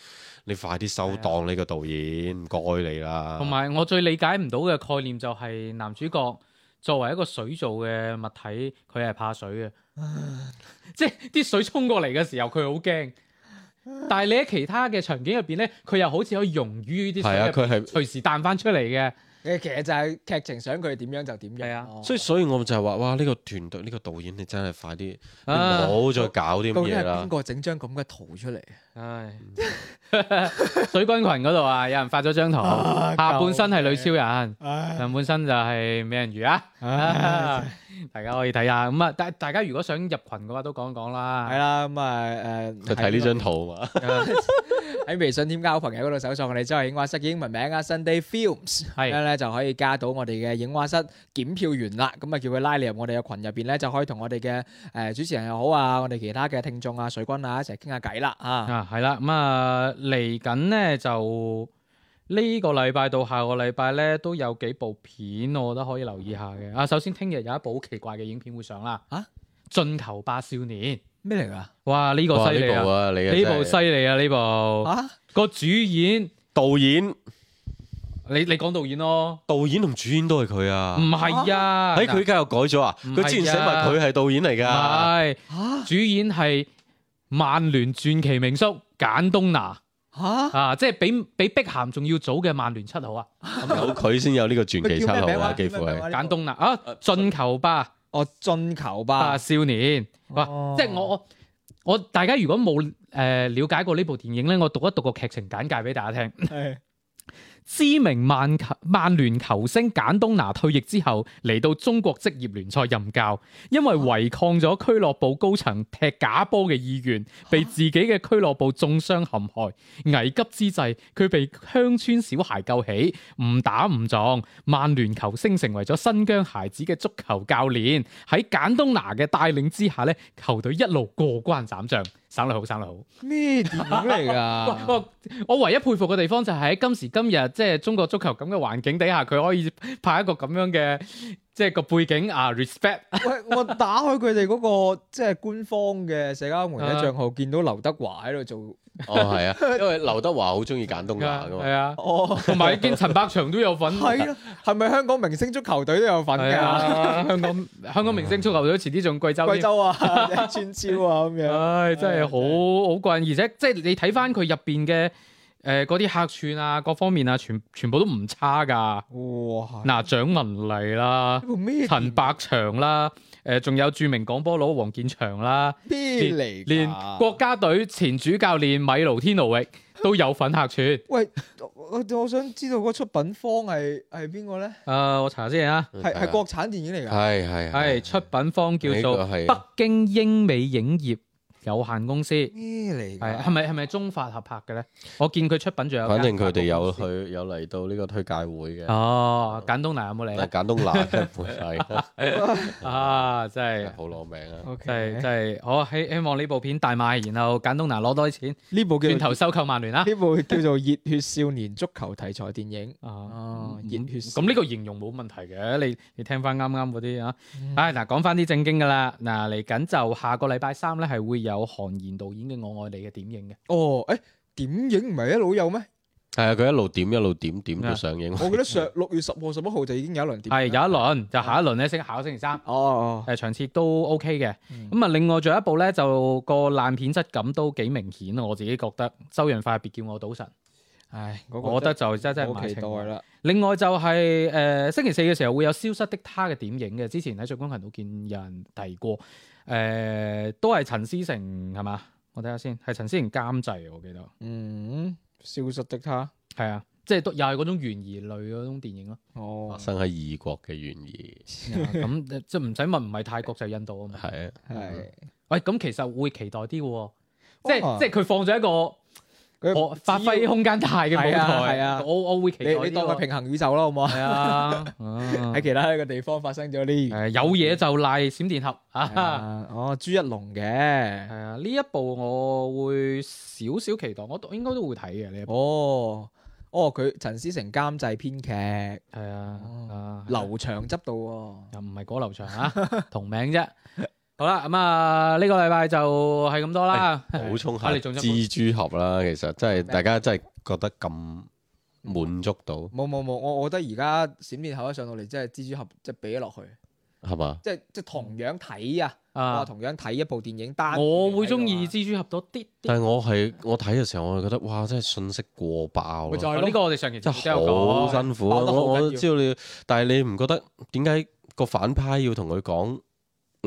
Speaker 5: 你快啲收檔呢個導演，唔該你啦。
Speaker 3: 啊同埋我最理解唔到嘅概念就係男主角作為一個水做嘅物體，佢係怕水嘅，即係啲水衝過嚟嘅時候，佢好驚。但係你喺其他嘅場景入邊咧，佢又好似可以溶於啲
Speaker 5: 係啊，
Speaker 3: 水入邊，
Speaker 5: 佢係。
Speaker 3: 隨時彈翻出嚟嘅。
Speaker 4: 你其實就係劇情想佢點樣就點樣。
Speaker 3: 係啊
Speaker 4: 哦
Speaker 5: 所以所以我就係話，哇！呢、個團隊呢、個導演，你真係快啲，你
Speaker 3: 啊
Speaker 5: 唔好再搞啲咁
Speaker 4: 究竟
Speaker 5: 嘢
Speaker 4: 係
Speaker 5: 啦
Speaker 4: 邊。個整張咁嘅圖出嚟？
Speaker 3: 唉， 水軍群嗰度啊，有人發咗張圖，下半身係女超人，上半身就係美人魚啊。 大家可以睇下咁啊！大大家如果想入群嘅話，都講一講啦。
Speaker 4: 係啦，咁啊誒，
Speaker 5: 就睇呢張圖嘛，
Speaker 4: Ờ. 喺微信添加好朋友嗰度搜索我哋周日影畫室嘅英文名啊，Sunday Films，咁
Speaker 3: 係
Speaker 4: 樣咧就可以加到我哋嘅影畫室檢票員啦。咁啊叫佢拉你入我哋嘅群入邊咧，就可以同我哋嘅誒主持人又好啊，我哋其他嘅聽眾啊、水軍啊一齊傾下偈啦啊！
Speaker 3: 啊，係啦，咁啊嚟緊咧就呢個禮拜到下個禮拜咧都有幾部片，我覺得可以留意下
Speaker 5: 嗯
Speaker 3: 嘅。啊，首先聽日有一部好奇怪嘅影片會上啦。
Speaker 4: 啊，
Speaker 3: 進球吧少年，
Speaker 4: 咩嚟㗎？
Speaker 3: 哇！呢、個
Speaker 5: 哇！
Speaker 3: 犀利
Speaker 5: 呢部
Speaker 3: 啊！
Speaker 5: 啊，你啊
Speaker 3: 呢
Speaker 5: 真
Speaker 3: 部
Speaker 5: 係
Speaker 3: 犀利啊！呢部
Speaker 4: 啊？
Speaker 3: 個主演，
Speaker 5: 導演
Speaker 3: 你你講導演咯，
Speaker 5: 導演同主演都係佢啊
Speaker 3: 唔。係啊，
Speaker 5: 喺佢啊而家又改咗啊！
Speaker 3: 唔
Speaker 5: 佢之前
Speaker 3: 係啊
Speaker 5: 寫埋佢係導演嚟
Speaker 3: 唔
Speaker 5: 㗎，
Speaker 3: 係
Speaker 4: 嚇
Speaker 3: 主演係曼聯傳奇名宿簡東拿。
Speaker 4: 嚇？
Speaker 3: 啊，即係比比碧咸仲要早嘅曼聯七號啊，
Speaker 5: 有佢先有呢個傳
Speaker 4: 佢
Speaker 5: 奇
Speaker 4: 叫
Speaker 5: 七
Speaker 4: 咩名
Speaker 5: 號
Speaker 4: 話
Speaker 5: 啊，幾乎係。
Speaker 3: 簡東拿啊，進球吧
Speaker 4: 哦，進球
Speaker 3: 吧
Speaker 4: 吧。
Speaker 3: 啊少年，哇！
Speaker 4: 哦
Speaker 3: 即係我我我大家如果冇誒、呃、了解過呢部電影咧，我讀一讀個劇情簡介俾大家聽。
Speaker 4: 係
Speaker 3: 知名曼球曼聯球星簡東拿退役之後，嚟到中國職業聯賽任教，因為違抗咗俱樂部高層踢假波嘅意願，被自己嘅俱樂部中傷陷害。危急之際，佢被鄉村小孩救起，誤打誤撞，曼聯球星成為咗新疆孩子嘅足球教練。喺簡東拿嘅帶領之下咧，球隊一路過關斬將，省略好，省略好。
Speaker 4: 咩電影嚟
Speaker 3: 哇
Speaker 4: 㗎？
Speaker 3: 我我唯一佩服嘅地方就係喺今時今日，即係中國足球咁嘅環境底下，佢可以拍一個咁樣嘅，即係個背景啊，respect
Speaker 4: 喂，我打開佢哋嗰個即係官方嘅社交媒體帳號，見到劉德華喺度做。
Speaker 5: 哦，係啊，因為劉德華好中意簡東拿㗎
Speaker 3: 係
Speaker 5: 嘛。
Speaker 3: 啊，
Speaker 4: 哦，
Speaker 3: 同埋見陳百祥都有份，
Speaker 4: 係啊，係咪香港明星足球隊都有份
Speaker 3: 係
Speaker 4: 㗎？
Speaker 3: 啊，香港香港明星足球隊遲啲仲貴州
Speaker 4: 貴
Speaker 3: 添，
Speaker 4: 州啊， 川超啊咁 樣。
Speaker 3: 唉，真係好好棍，而且即係你睇翻佢入邊嘅誒嗰啲客串啊，各方面啊，全全部都唔差㗎。
Speaker 4: 哇！
Speaker 3: 嗱，蔣文麗 啦
Speaker 4: 呢，部咩
Speaker 3: 陳百祥啦，誒仲有著名廣波佬黃健翔啦。
Speaker 4: 咩
Speaker 5: 嗯
Speaker 4: 嚟
Speaker 5: 啊
Speaker 4: 㗎？
Speaker 3: 連國家隊前主教練米盧天奴域都有份客串。誒、
Speaker 4: 喂，我我我想知道嗰出品方係係邊個咧？
Speaker 3: 我查下先啊，
Speaker 4: 係係國產電影嚟㗎。
Speaker 5: 係啊係
Speaker 3: 係出品方叫做
Speaker 5: 呢個係
Speaker 3: 北京英美影業有限公司，係
Speaker 4: 咩嚟㗎？
Speaker 3: 係啊咪係咪中法合拍嘅咧？我見佢出品仲有間
Speaker 5: 反
Speaker 3: 法國
Speaker 5: 正
Speaker 3: 公司，
Speaker 5: 佢哋有去有嚟到呢個推介會嘅，
Speaker 3: 哦，簡東南有冇
Speaker 5: 但係
Speaker 3: 嚟
Speaker 5: 簡東拿嘅唔 係，
Speaker 3: 啊？真係
Speaker 5: 好攞命啊！
Speaker 4: OK
Speaker 3: 真係真係，我希希望呢部片大賣，然後簡東南攞多啲錢，
Speaker 4: 呢部叫
Speaker 3: 轉頭收購曼聯啦。
Speaker 4: 呢部叫做《熱血少年足球題材電影》。
Speaker 3: 啊！
Speaker 4: 哦，熱
Speaker 3: 嗯
Speaker 4: 血少
Speaker 3: 咁呢個形容冇問題嘅，你你聽翻啱啱嗰啲啊，
Speaker 4: 嗯
Speaker 3: 唉嗱，講翻啲正經噶啦，嗱嚟緊就下個禮拜三咧係會有韓延導演嘅《我愛你》嘅點映嘅，
Speaker 4: 哦，誒點影唔係一路有咩？
Speaker 5: 係啊，佢一路點一路點點
Speaker 3: 啊
Speaker 5: 到上
Speaker 3: 哦
Speaker 5: 映。
Speaker 4: 我記 得上六月十號、十一號就已經有一輪點。啊
Speaker 3: 係有一。輪，就下一輪咧星下個星期三，
Speaker 4: 哦哦，
Speaker 3: 誒場次都 OK 嘅，
Speaker 4: 嗯
Speaker 3: 咁啊另外仲有一部咧就個爛片質感都幾明顯啊，我自己覺得周潤發別叫我賭神，
Speaker 4: 唉，嗰個
Speaker 3: 我覺得就真真係
Speaker 4: 好
Speaker 3: 買
Speaker 4: 期
Speaker 3: 情
Speaker 4: 待
Speaker 3: 懷。
Speaker 4: 啦。
Speaker 3: 另外就係、呃星期四嘅時候會有消失的她嘅點映嘅，之前喺最光頻道見有人提過，誒、都係陳思誠係嘛？我睇下先，係陳思誠監製，我記得
Speaker 4: 嗯，消失的他，
Speaker 3: 係啊，即係都又係嗰種懸疑類嗰種電影 咯。
Speaker 4: 哦
Speaker 5: 發，生喺異國嘅懸疑，
Speaker 3: 咁呃即係唔使問，唔係泰國就係印度啊嘛。
Speaker 5: 係啊，
Speaker 4: 係
Speaker 3: 喂，咁其實會期待啲嘅喎，即係
Speaker 4: 哦
Speaker 3: 即係佢放咗一個
Speaker 4: 佢
Speaker 3: 嗯我發揮空間大嘅舞
Speaker 4: 係啊
Speaker 3: 台，
Speaker 4: 係啊
Speaker 3: 我我會期待
Speaker 4: 你
Speaker 3: 啲
Speaker 4: 你當佢
Speaker 3: 喎。
Speaker 4: 平行宇宙啦，好唔好啊？
Speaker 3: 係 啊，啊
Speaker 4: 喺其他一個地方發生咗
Speaker 3: 誒
Speaker 4: 呢
Speaker 3: 有嘢就賴閃電俠
Speaker 4: 係
Speaker 3: 啊！
Speaker 4: 啊哦，朱一龍嘅
Speaker 3: 係，啊，呢一部我會少少期待，我都應該都會睇嘅呢一部。
Speaker 4: 哦哦，佢陳思成監製編劇，
Speaker 3: 係啊，啊
Speaker 4: 哦劉翔執導喎。
Speaker 3: 又唔係果流場啊， 同名啫。好啦，咁啊呢個禮拜就係咁多啦。
Speaker 5: 哎補充下
Speaker 3: 啊你仲有冇
Speaker 5: 蜘蛛俠啦，其實真係大家真係覺得咁滿足到
Speaker 4: 冇冇冇，我我覺得而家閃電俠一上到嚟，即係蜘蛛俠，即係俾咗落去，
Speaker 5: 係嘛？
Speaker 4: 即係即係同樣睇啊！我話
Speaker 3: 啊，
Speaker 4: 同樣睇一部電影單，
Speaker 3: 我會中意蜘蛛俠多啲啲。
Speaker 5: 但係我係我睇嘅時候，我係覺得哇，真係信息過爆
Speaker 4: 咪
Speaker 5: 咯
Speaker 4: 就。係
Speaker 3: 啊呢
Speaker 4: 咯，
Speaker 3: 個我哋上期
Speaker 5: 真
Speaker 3: 節目都有
Speaker 5: 係好
Speaker 3: 講。
Speaker 5: 辛苦啊！
Speaker 4: 爆得好
Speaker 5: 我我都
Speaker 4: 緊要
Speaker 5: 知道你，但係你唔覺得點解個反派要同佢講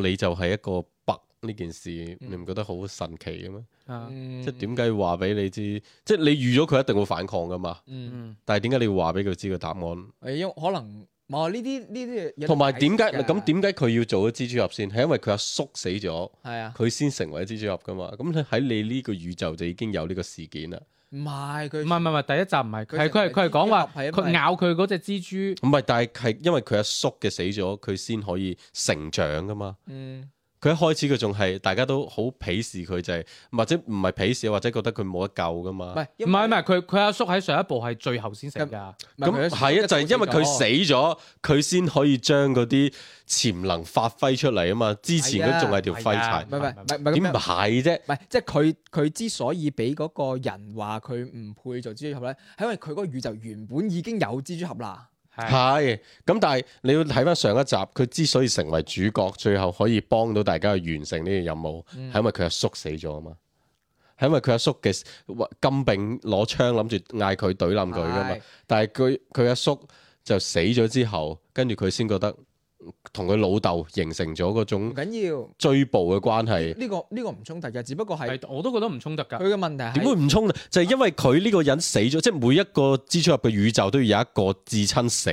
Speaker 5: 你就係一個北呢件事，
Speaker 4: 嗯
Speaker 5: 你唔覺得好神奇嘅咩？
Speaker 3: 啊
Speaker 4: 嗯
Speaker 5: 即係點解要話俾你知？即係你預咗佢一定會反抗噶嘛？
Speaker 4: 嗯，
Speaker 3: 嗯，
Speaker 5: 但係點解你要話俾佢知個答案？
Speaker 4: 誒因為可能冇呢啲呢啲嘢，
Speaker 5: 同埋點解
Speaker 4: 有得解釋㗎
Speaker 5: 咁？點解佢要做咗蜘蛛俠先？係因為佢阿叔死咗，
Speaker 4: 係啊？
Speaker 5: 佢先成為咗蜘蛛俠噶嘛？咁你喺你呢個宇宙就已經有呢個事件啦。
Speaker 4: 唔係佢
Speaker 3: 唔係唔係唔係，第一集唔係，
Speaker 4: 佢
Speaker 3: 係佢係佢係講話
Speaker 4: 係因為
Speaker 3: 佢咬佢嗰只蜘蛛。
Speaker 5: 唔係，但係係因為佢阿叔嘅死咗，佢先可以成長噶嘛？
Speaker 4: 嗯
Speaker 5: 佢一開始佢仲係大家都好鄙視佢，就係、或者唔係鄙視，或者覺得佢冇得救噶
Speaker 4: 唔
Speaker 5: 嘛。
Speaker 4: 係因
Speaker 3: 唔
Speaker 4: 為
Speaker 3: 係唔係，佢佢阿叔喺上一部係最後先食㗎。
Speaker 4: 唔係
Speaker 5: 咁
Speaker 4: 佢
Speaker 5: 係啊，就係、因為佢死
Speaker 4: 咗
Speaker 5: 咗，佢先可以將嗰啲潛能發揮出嚟啊嘛。之前
Speaker 4: 係啊
Speaker 5: 佢仲係條廢柴
Speaker 4: 唔，係唔係唔係唔係
Speaker 5: 點
Speaker 4: 咁樣
Speaker 5: 唔係啫？
Speaker 4: 唔係，即係佢佢之所以俾嗰個人話佢唔配做蜘蛛俠咧，係因為佢嗰個宇宙原本已經有蜘蛛俠啦。
Speaker 3: 係
Speaker 5: 係咁，但係你要睇翻上一集，佢之所以成為主角，最後可以幫到大家去完成呢個任務，係、
Speaker 4: 嗯
Speaker 5: 因為佢阿叔死咗啊嘛。係因為佢阿叔嘅金柄攞槍諗住嗌佢懟冧佢噶嘛
Speaker 4: 係，
Speaker 5: 但係佢佢阿叔就死咗之後，跟住佢先覺得嗯同佢老豆形成咗嗰
Speaker 4: 唔
Speaker 5: 種
Speaker 4: 緊要，
Speaker 5: 追捕嘅關係。
Speaker 4: 呢個呢個唔衝突嘅，只不過係
Speaker 3: 係，我都覺得唔衝突㗎。
Speaker 4: 佢嘅問題係
Speaker 5: 啊點會唔衝突？就係、因為佢呢個人死咗，即係每一個蜘蛛俠嘅宇宙都要有一個至親死，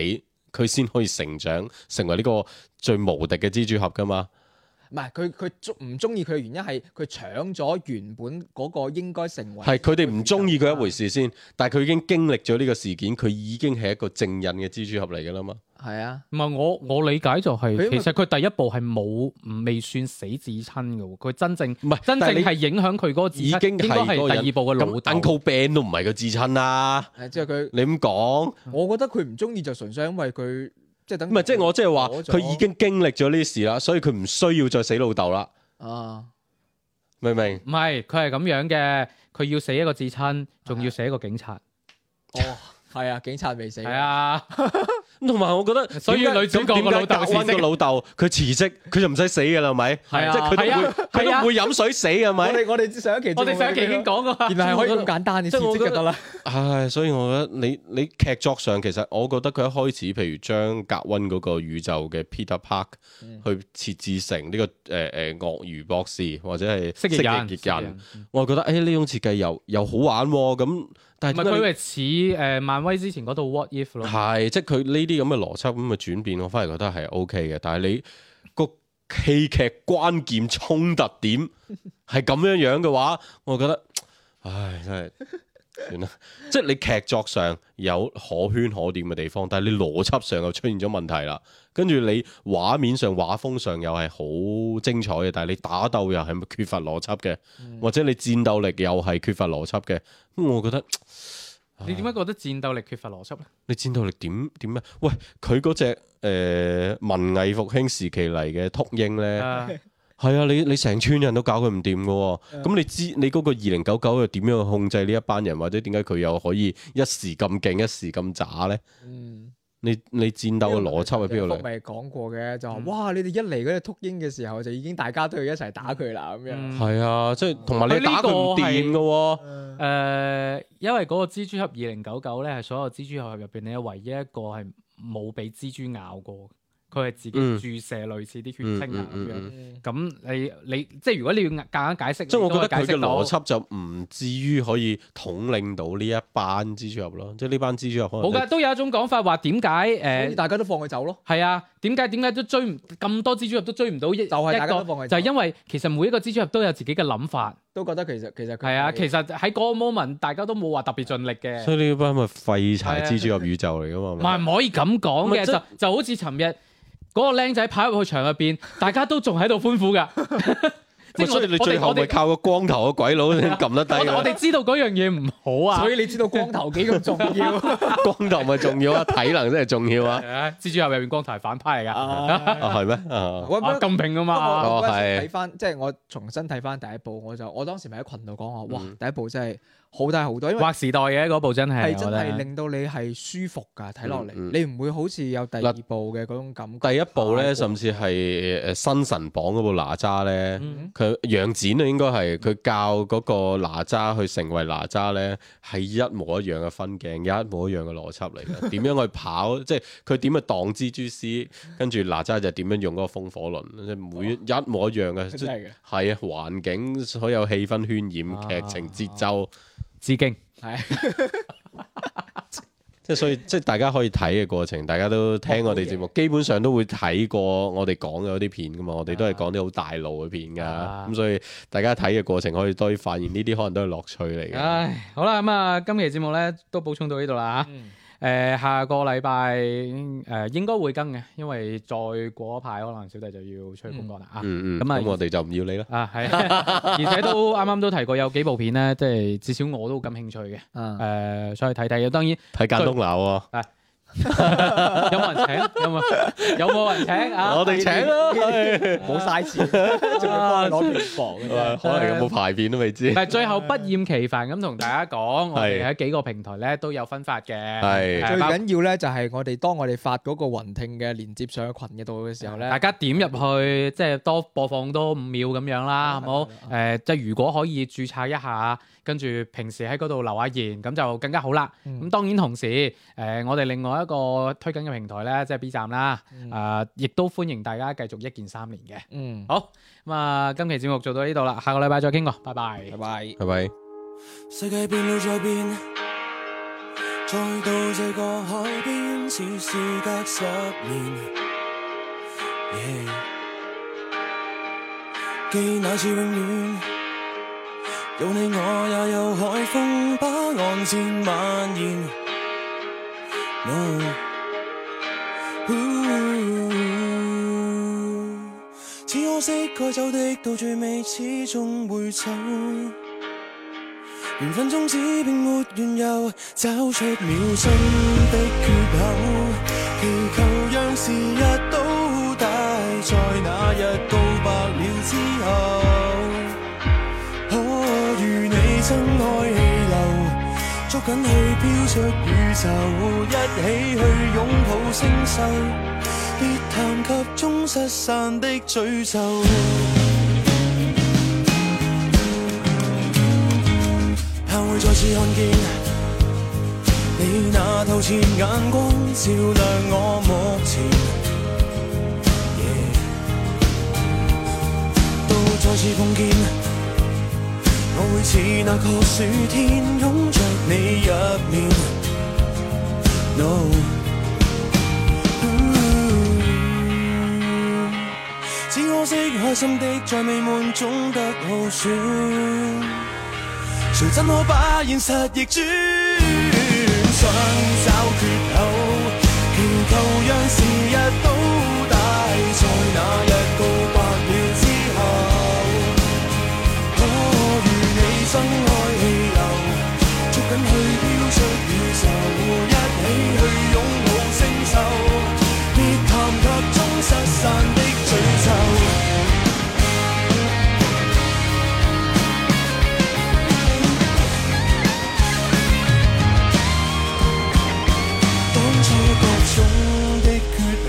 Speaker 5: 佢先可以成長成為呢個最無敵嘅蜘蛛俠噶嘛。
Speaker 4: 唔係佢佢中唔中意佢嘅原因係佢搶咗原本嗰個應該成為
Speaker 5: 係佢哋唔中意佢一回事先，但係佢已經經歷咗呢個事件，佢已經係一個正印嘅蜘蛛俠嚟㗎啦嘛。
Speaker 4: 係啊，
Speaker 3: 唔係我我理解就係、
Speaker 4: 佢因為
Speaker 3: 其實佢第一步係冇唔未算死至親嘅喎，佢真正
Speaker 5: 唔係
Speaker 3: 真正
Speaker 5: 但係你
Speaker 3: 係影響佢嗰個至
Speaker 5: 已
Speaker 3: 親，
Speaker 5: 經
Speaker 3: 應該
Speaker 5: 係嗰個
Speaker 3: 係
Speaker 5: 人
Speaker 3: 第二部嘅老
Speaker 5: 咁
Speaker 3: 豆。
Speaker 5: Uncle Ben 都唔係佢至親啦，
Speaker 4: 誒即係佢，
Speaker 5: 你咁講。
Speaker 4: 我覺得佢唔中意就純粹因為佢即係等
Speaker 5: 唔係，即係我即係話，
Speaker 4: 嗯攞咗
Speaker 5: 佢已經經歷咗呢啲事啦，所以佢唔需要再死老豆啦，
Speaker 4: 啊
Speaker 5: 明唔明？
Speaker 3: 唔係佢係咁樣嘅，佢要死一個至親，仲要死一個警察。
Speaker 4: 哦係啊，警察未死
Speaker 3: 係 啊，
Speaker 5: 同埋我覺得，
Speaker 3: 所以
Speaker 5: 點解
Speaker 3: 女主角
Speaker 5: 咁點解
Speaker 3: 個老豆
Speaker 5: 格温
Speaker 3: 辭職
Speaker 5: 個老豆佢辭職，佢就唔使死㗎啦，係咪？
Speaker 3: 係啊
Speaker 5: 即係
Speaker 3: 係
Speaker 5: 佢都
Speaker 3: 啊
Speaker 5: 會，佢
Speaker 3: 係啊
Speaker 5: 都會飲水死㗎，係
Speaker 4: 我
Speaker 5: 咪？
Speaker 4: 哋我哋上一期節目
Speaker 3: 我哋上一期已經講過 啦
Speaker 4: 原來係可以咁簡單嘅
Speaker 5: 即
Speaker 4: 辭
Speaker 5: 係我
Speaker 4: 職
Speaker 5: 覺
Speaker 4: 就
Speaker 5: 得
Speaker 4: 得啦。
Speaker 5: 唉，所以我覺得你你劇作上其實我覺得佢一開始，譬如將格温嗰個宇宙嘅 Peter Park
Speaker 3: 嗯
Speaker 5: 去設置成呢個誒誒鱷魚博士或者係
Speaker 3: 蜥蜴人，
Speaker 5: 蜥
Speaker 3: 蜥蜴
Speaker 5: 人
Speaker 3: 人，嗯
Speaker 5: 我覺得哎誒呢種設計又又好玩喎，咁
Speaker 3: 唔
Speaker 5: 但係
Speaker 3: 係
Speaker 5: 點解你
Speaker 3: 佢係似誒漫威之前嗰套 What If 咯。
Speaker 5: 係，即係佢呢啲咁嘅邏輯咁嘅轉變，我反而覺得係 O K 嘅。但係你個戲劇關鍵衝突點係咁樣樣嘅話，我覺得，唉，真係算啦。 即係你劇作上有可圈可點嘅地方，但係你邏輯上又出現咗問題啦。跟住你畫面上、畫風上又係好精彩嘅，但係你打鬥又係缺乏邏輯嘅，或者你戰鬥力又係缺乏邏輯嘅。咁我覺得。
Speaker 3: 你點解覺得戰鬥力缺乏邏輯咧？
Speaker 5: 你戰鬥力點點咩？喂，佢嗰隻誒文藝復興時期嚟嘅禿鷹咧，
Speaker 3: 啊
Speaker 5: 係啊，你你成村人都搞佢唔掂嘅喎。咁你知你嗰個二零九九又點樣去控制呢一班人，或者點解佢又可以一時咁勁，一時咁渣咧？
Speaker 4: 嗯，
Speaker 5: 你你戰鬥嘅邏輯喺邊
Speaker 4: 福
Speaker 5: 度嚟？
Speaker 4: 咪講過嘅，就話
Speaker 3: 嗯
Speaker 4: 哇，你哋一嚟嗰只秃鷹嘅時候，就已經大家都要一齊打佢啦，咁樣。
Speaker 3: 嗯
Speaker 5: 係啊，即係同埋你打佢唔掂嘅
Speaker 3: 誒、
Speaker 5: 喎。
Speaker 3: 呃因為嗰個蜘蛛俠二零九九咧，係所有蜘蛛俠入邊咧唯一一個係冇俾蜘蛛咬過，佢係自己
Speaker 5: 嗯
Speaker 3: 注射類似啲血清啊咁
Speaker 5: 嗯嗯
Speaker 3: 樣。
Speaker 5: 嗯
Speaker 4: 嗯
Speaker 3: 咁你你即係如果你要夾硬解釋，
Speaker 5: 即係我覺
Speaker 3: 覺
Speaker 5: 得佢嘅邏
Speaker 3: 邏輯
Speaker 5: 輯就唔至於可以統領到呢一班蜘蛛俠咯，即係呢班蜘蛛
Speaker 3: 好
Speaker 5: 俠可
Speaker 3: 㗎，
Speaker 5: 能
Speaker 3: 都有一種講法話點解
Speaker 4: 所以
Speaker 3: 誒
Speaker 4: 大家都放佢走咯。
Speaker 3: 係啊？點解點解都追唔咁多蜘蛛俠都追唔到一一
Speaker 4: 就係大家都
Speaker 3: 個？
Speaker 4: 放佢
Speaker 3: 就
Speaker 4: 走，
Speaker 3: 係因為其實每一個蜘蛛俠都有自己嘅諗法，
Speaker 4: 都覺得其實其實佢
Speaker 3: 係啊，其實喺嗰個 moment 大家都冇話特別盡力嘅。
Speaker 5: 所以呢班咪廢柴
Speaker 3: 係啊
Speaker 5: 蜘蛛俠宇宙嚟噶
Speaker 3: 唔
Speaker 5: 嘛？
Speaker 3: 係唔可以咁講
Speaker 5: 咪
Speaker 3: 嘅，
Speaker 5: 即
Speaker 3: 就就好似尋日嗰個僆仔跑入去場入邊，大家都仲喺度歡呼㗎。即係
Speaker 5: 咪啊所以你
Speaker 3: 我哋
Speaker 5: 最後
Speaker 3: 我
Speaker 5: 咪
Speaker 3: 哋
Speaker 5: 靠個光頭嘅鬼佬先
Speaker 3: 啊
Speaker 5: 撳得低
Speaker 3: 我哋我
Speaker 5: 㗎，
Speaker 3: 哋知道嗰樣嘢唔好啊
Speaker 4: 所。以你知道光頭幾咁重要
Speaker 5: 光頭咪重要啊，體能真係重要啊，
Speaker 3: 係啊蜘蛛俠入邊光頭係反派嚟㗎， 啊
Speaker 4: 啊！
Speaker 5: 啊係咩？啊
Speaker 4: 我
Speaker 3: 咁平㗎
Speaker 4: 不過
Speaker 3: 嘛。
Speaker 4: 啊我
Speaker 5: 哦
Speaker 4: 嗰陣
Speaker 5: 係
Speaker 4: 時睇翻，即係我重新睇翻第一部，我就我當時咪喺群度講我，哇
Speaker 5: 嗯！
Speaker 4: 第一部真係好大好多，因為
Speaker 3: 劃時代嘅嗰部真係，
Speaker 4: 係
Speaker 3: 我
Speaker 4: 真
Speaker 3: 覺
Speaker 4: 係
Speaker 3: 得
Speaker 4: 令到你係舒服㗎，睇落嚟
Speaker 5: 嗯嗯
Speaker 4: 你唔會好似有第二部嘅嗰種感覺。
Speaker 5: 第一部
Speaker 4: 太過
Speaker 5: 咧，甚至係誒呃新神榜嗰部哪吒咧
Speaker 3: 嗯，
Speaker 5: 佢楊戩啊，應該係佢教嗰個哪吒去成為哪吒咧，係一模一樣嘅分鏡，一模一樣嘅邏輯 嚟嘅。點樣去跑，即係佢點去擋蜘蛛絲，跟住哪吒就點樣用嗰個風火輪，即係每一模一樣嘅，即
Speaker 4: 真係嘅，
Speaker 5: 係啊，環境所有氣氛渲
Speaker 3: 啊
Speaker 5: 染、劇情節奏，
Speaker 3: 致敬。
Speaker 4: 係
Speaker 5: 即 係所以即係大家可以睇嘅過程，大家都聽我哋節目，基本上都會睇過我哋講嘅嗰啲片噶嘛，我哋都係講啲好大路嘅片㗎，咁、
Speaker 3: 啊
Speaker 5: 所以大家睇嘅過程可以都可以發現呢啲可能都係樂趣嚟嘅。
Speaker 3: 唉，好啦，咁啊，今期節目咧都補充到呢度啦嚇。誒、下個禮拜嗯誒應該會更嘅，因為再過一排可能小弟就要出去公幹啦啊。
Speaker 5: 嗯嗯，
Speaker 3: 咁
Speaker 5: 咁
Speaker 3: 啊
Speaker 5: 我哋就唔要你啦。
Speaker 3: 啊，係， 而且都啱啱都提過有幾部片咧，即係至少我都感興趣嘅，誒、
Speaker 4: 啊，
Speaker 3: 所以睇睇。當 然
Speaker 5: 睇間東樓啊，
Speaker 3: 有冇人請？有冇有冇人請啊？
Speaker 5: 我哋請啦，係
Speaker 4: 冇嘥錢， 仲要幫佢攞票房嘅啫。
Speaker 5: 可能有冇排片都未知。
Speaker 3: 啊但係最後不厭其煩咁同大家講，我哋喺幾個平台咧都有分發嘅，
Speaker 5: 係
Speaker 3: 誒
Speaker 4: 最
Speaker 3: 包
Speaker 4: 緊要咧就係我哋當我哋發嗰個雲聽嘅連接上去群嘅度嘅時候咧
Speaker 3: 大，家點入去，即係多播放多五秒咁樣啦，好
Speaker 4: 啊
Speaker 3: 冇？誒
Speaker 4: 係、
Speaker 3: 即係如果可以註冊一下，跟住平時喺嗰度留下言，咁就更加好啦。咁、
Speaker 4: 嗯
Speaker 3: 當然同時，誒、我哋另外一個推緊嘅平台咧，即係 B 站啦，
Speaker 4: 嗯
Speaker 3: 啊、亦都歡迎大家繼續一鍵三連嘅。
Speaker 4: 嗯，
Speaker 3: 好，咁啊，今期節目做到呢度啦，下個禮拜再傾過，拜拜
Speaker 4: 拜。拜。
Speaker 5: 拜拜。
Speaker 2: 世界變了再變，再到這個海邊，似是隔十年。Yeah. 記那次永遠，有你我也有海風把岸線蔓延。No. 只可惜該走的到最尾，始終會走。緣分終止並沒緣由，找出秒針的缺口，祈求讓時日倒帶，在那日告白了之後，可與你真愛氣流，捉緊去飄出宇宙，一起去擁抱星宿，別談及終失散的詛咒。盼會再次看見你那透徹眼光，照亮我目前。Yeah 都再次碰見，我會似那個暑天擁着你入眠。No，只可惜開心的在美滿中得耗損。誰真可把現實逆轉？想找缺口，祈求讓時日倒帶，在那日告白了之後，可與你真愛氣流，捉緊去飄出宇宙，一起去擁抱星宿，別談及終失散的詛咒。當初各種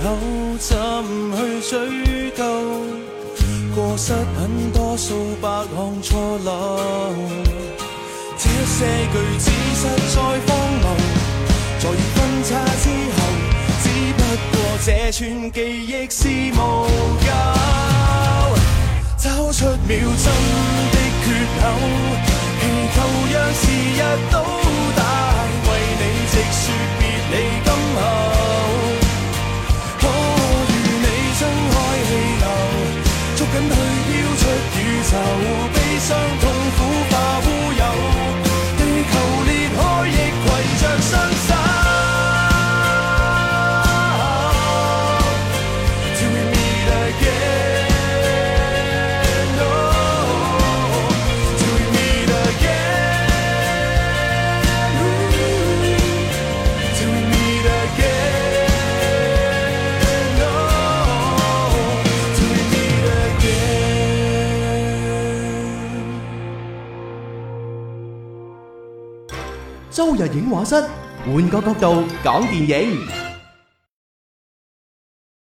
Speaker 2: 數百行錯漏，這些句子實在荒謬。在與分岔之後，只不過這串記憶是無夠，找出秒針的缺口，祈求讓時日倒帶，為你直説別離今後。可與你張開氣流，捉緊去飄出宇宙，悲傷痛苦化烏有，地球裂開亦攜着雙手。Till we meet again, oh, till we meet again, ooh, till we meet again. No, to meet again.
Speaker 6: 周日影畫室，換個角度講電影。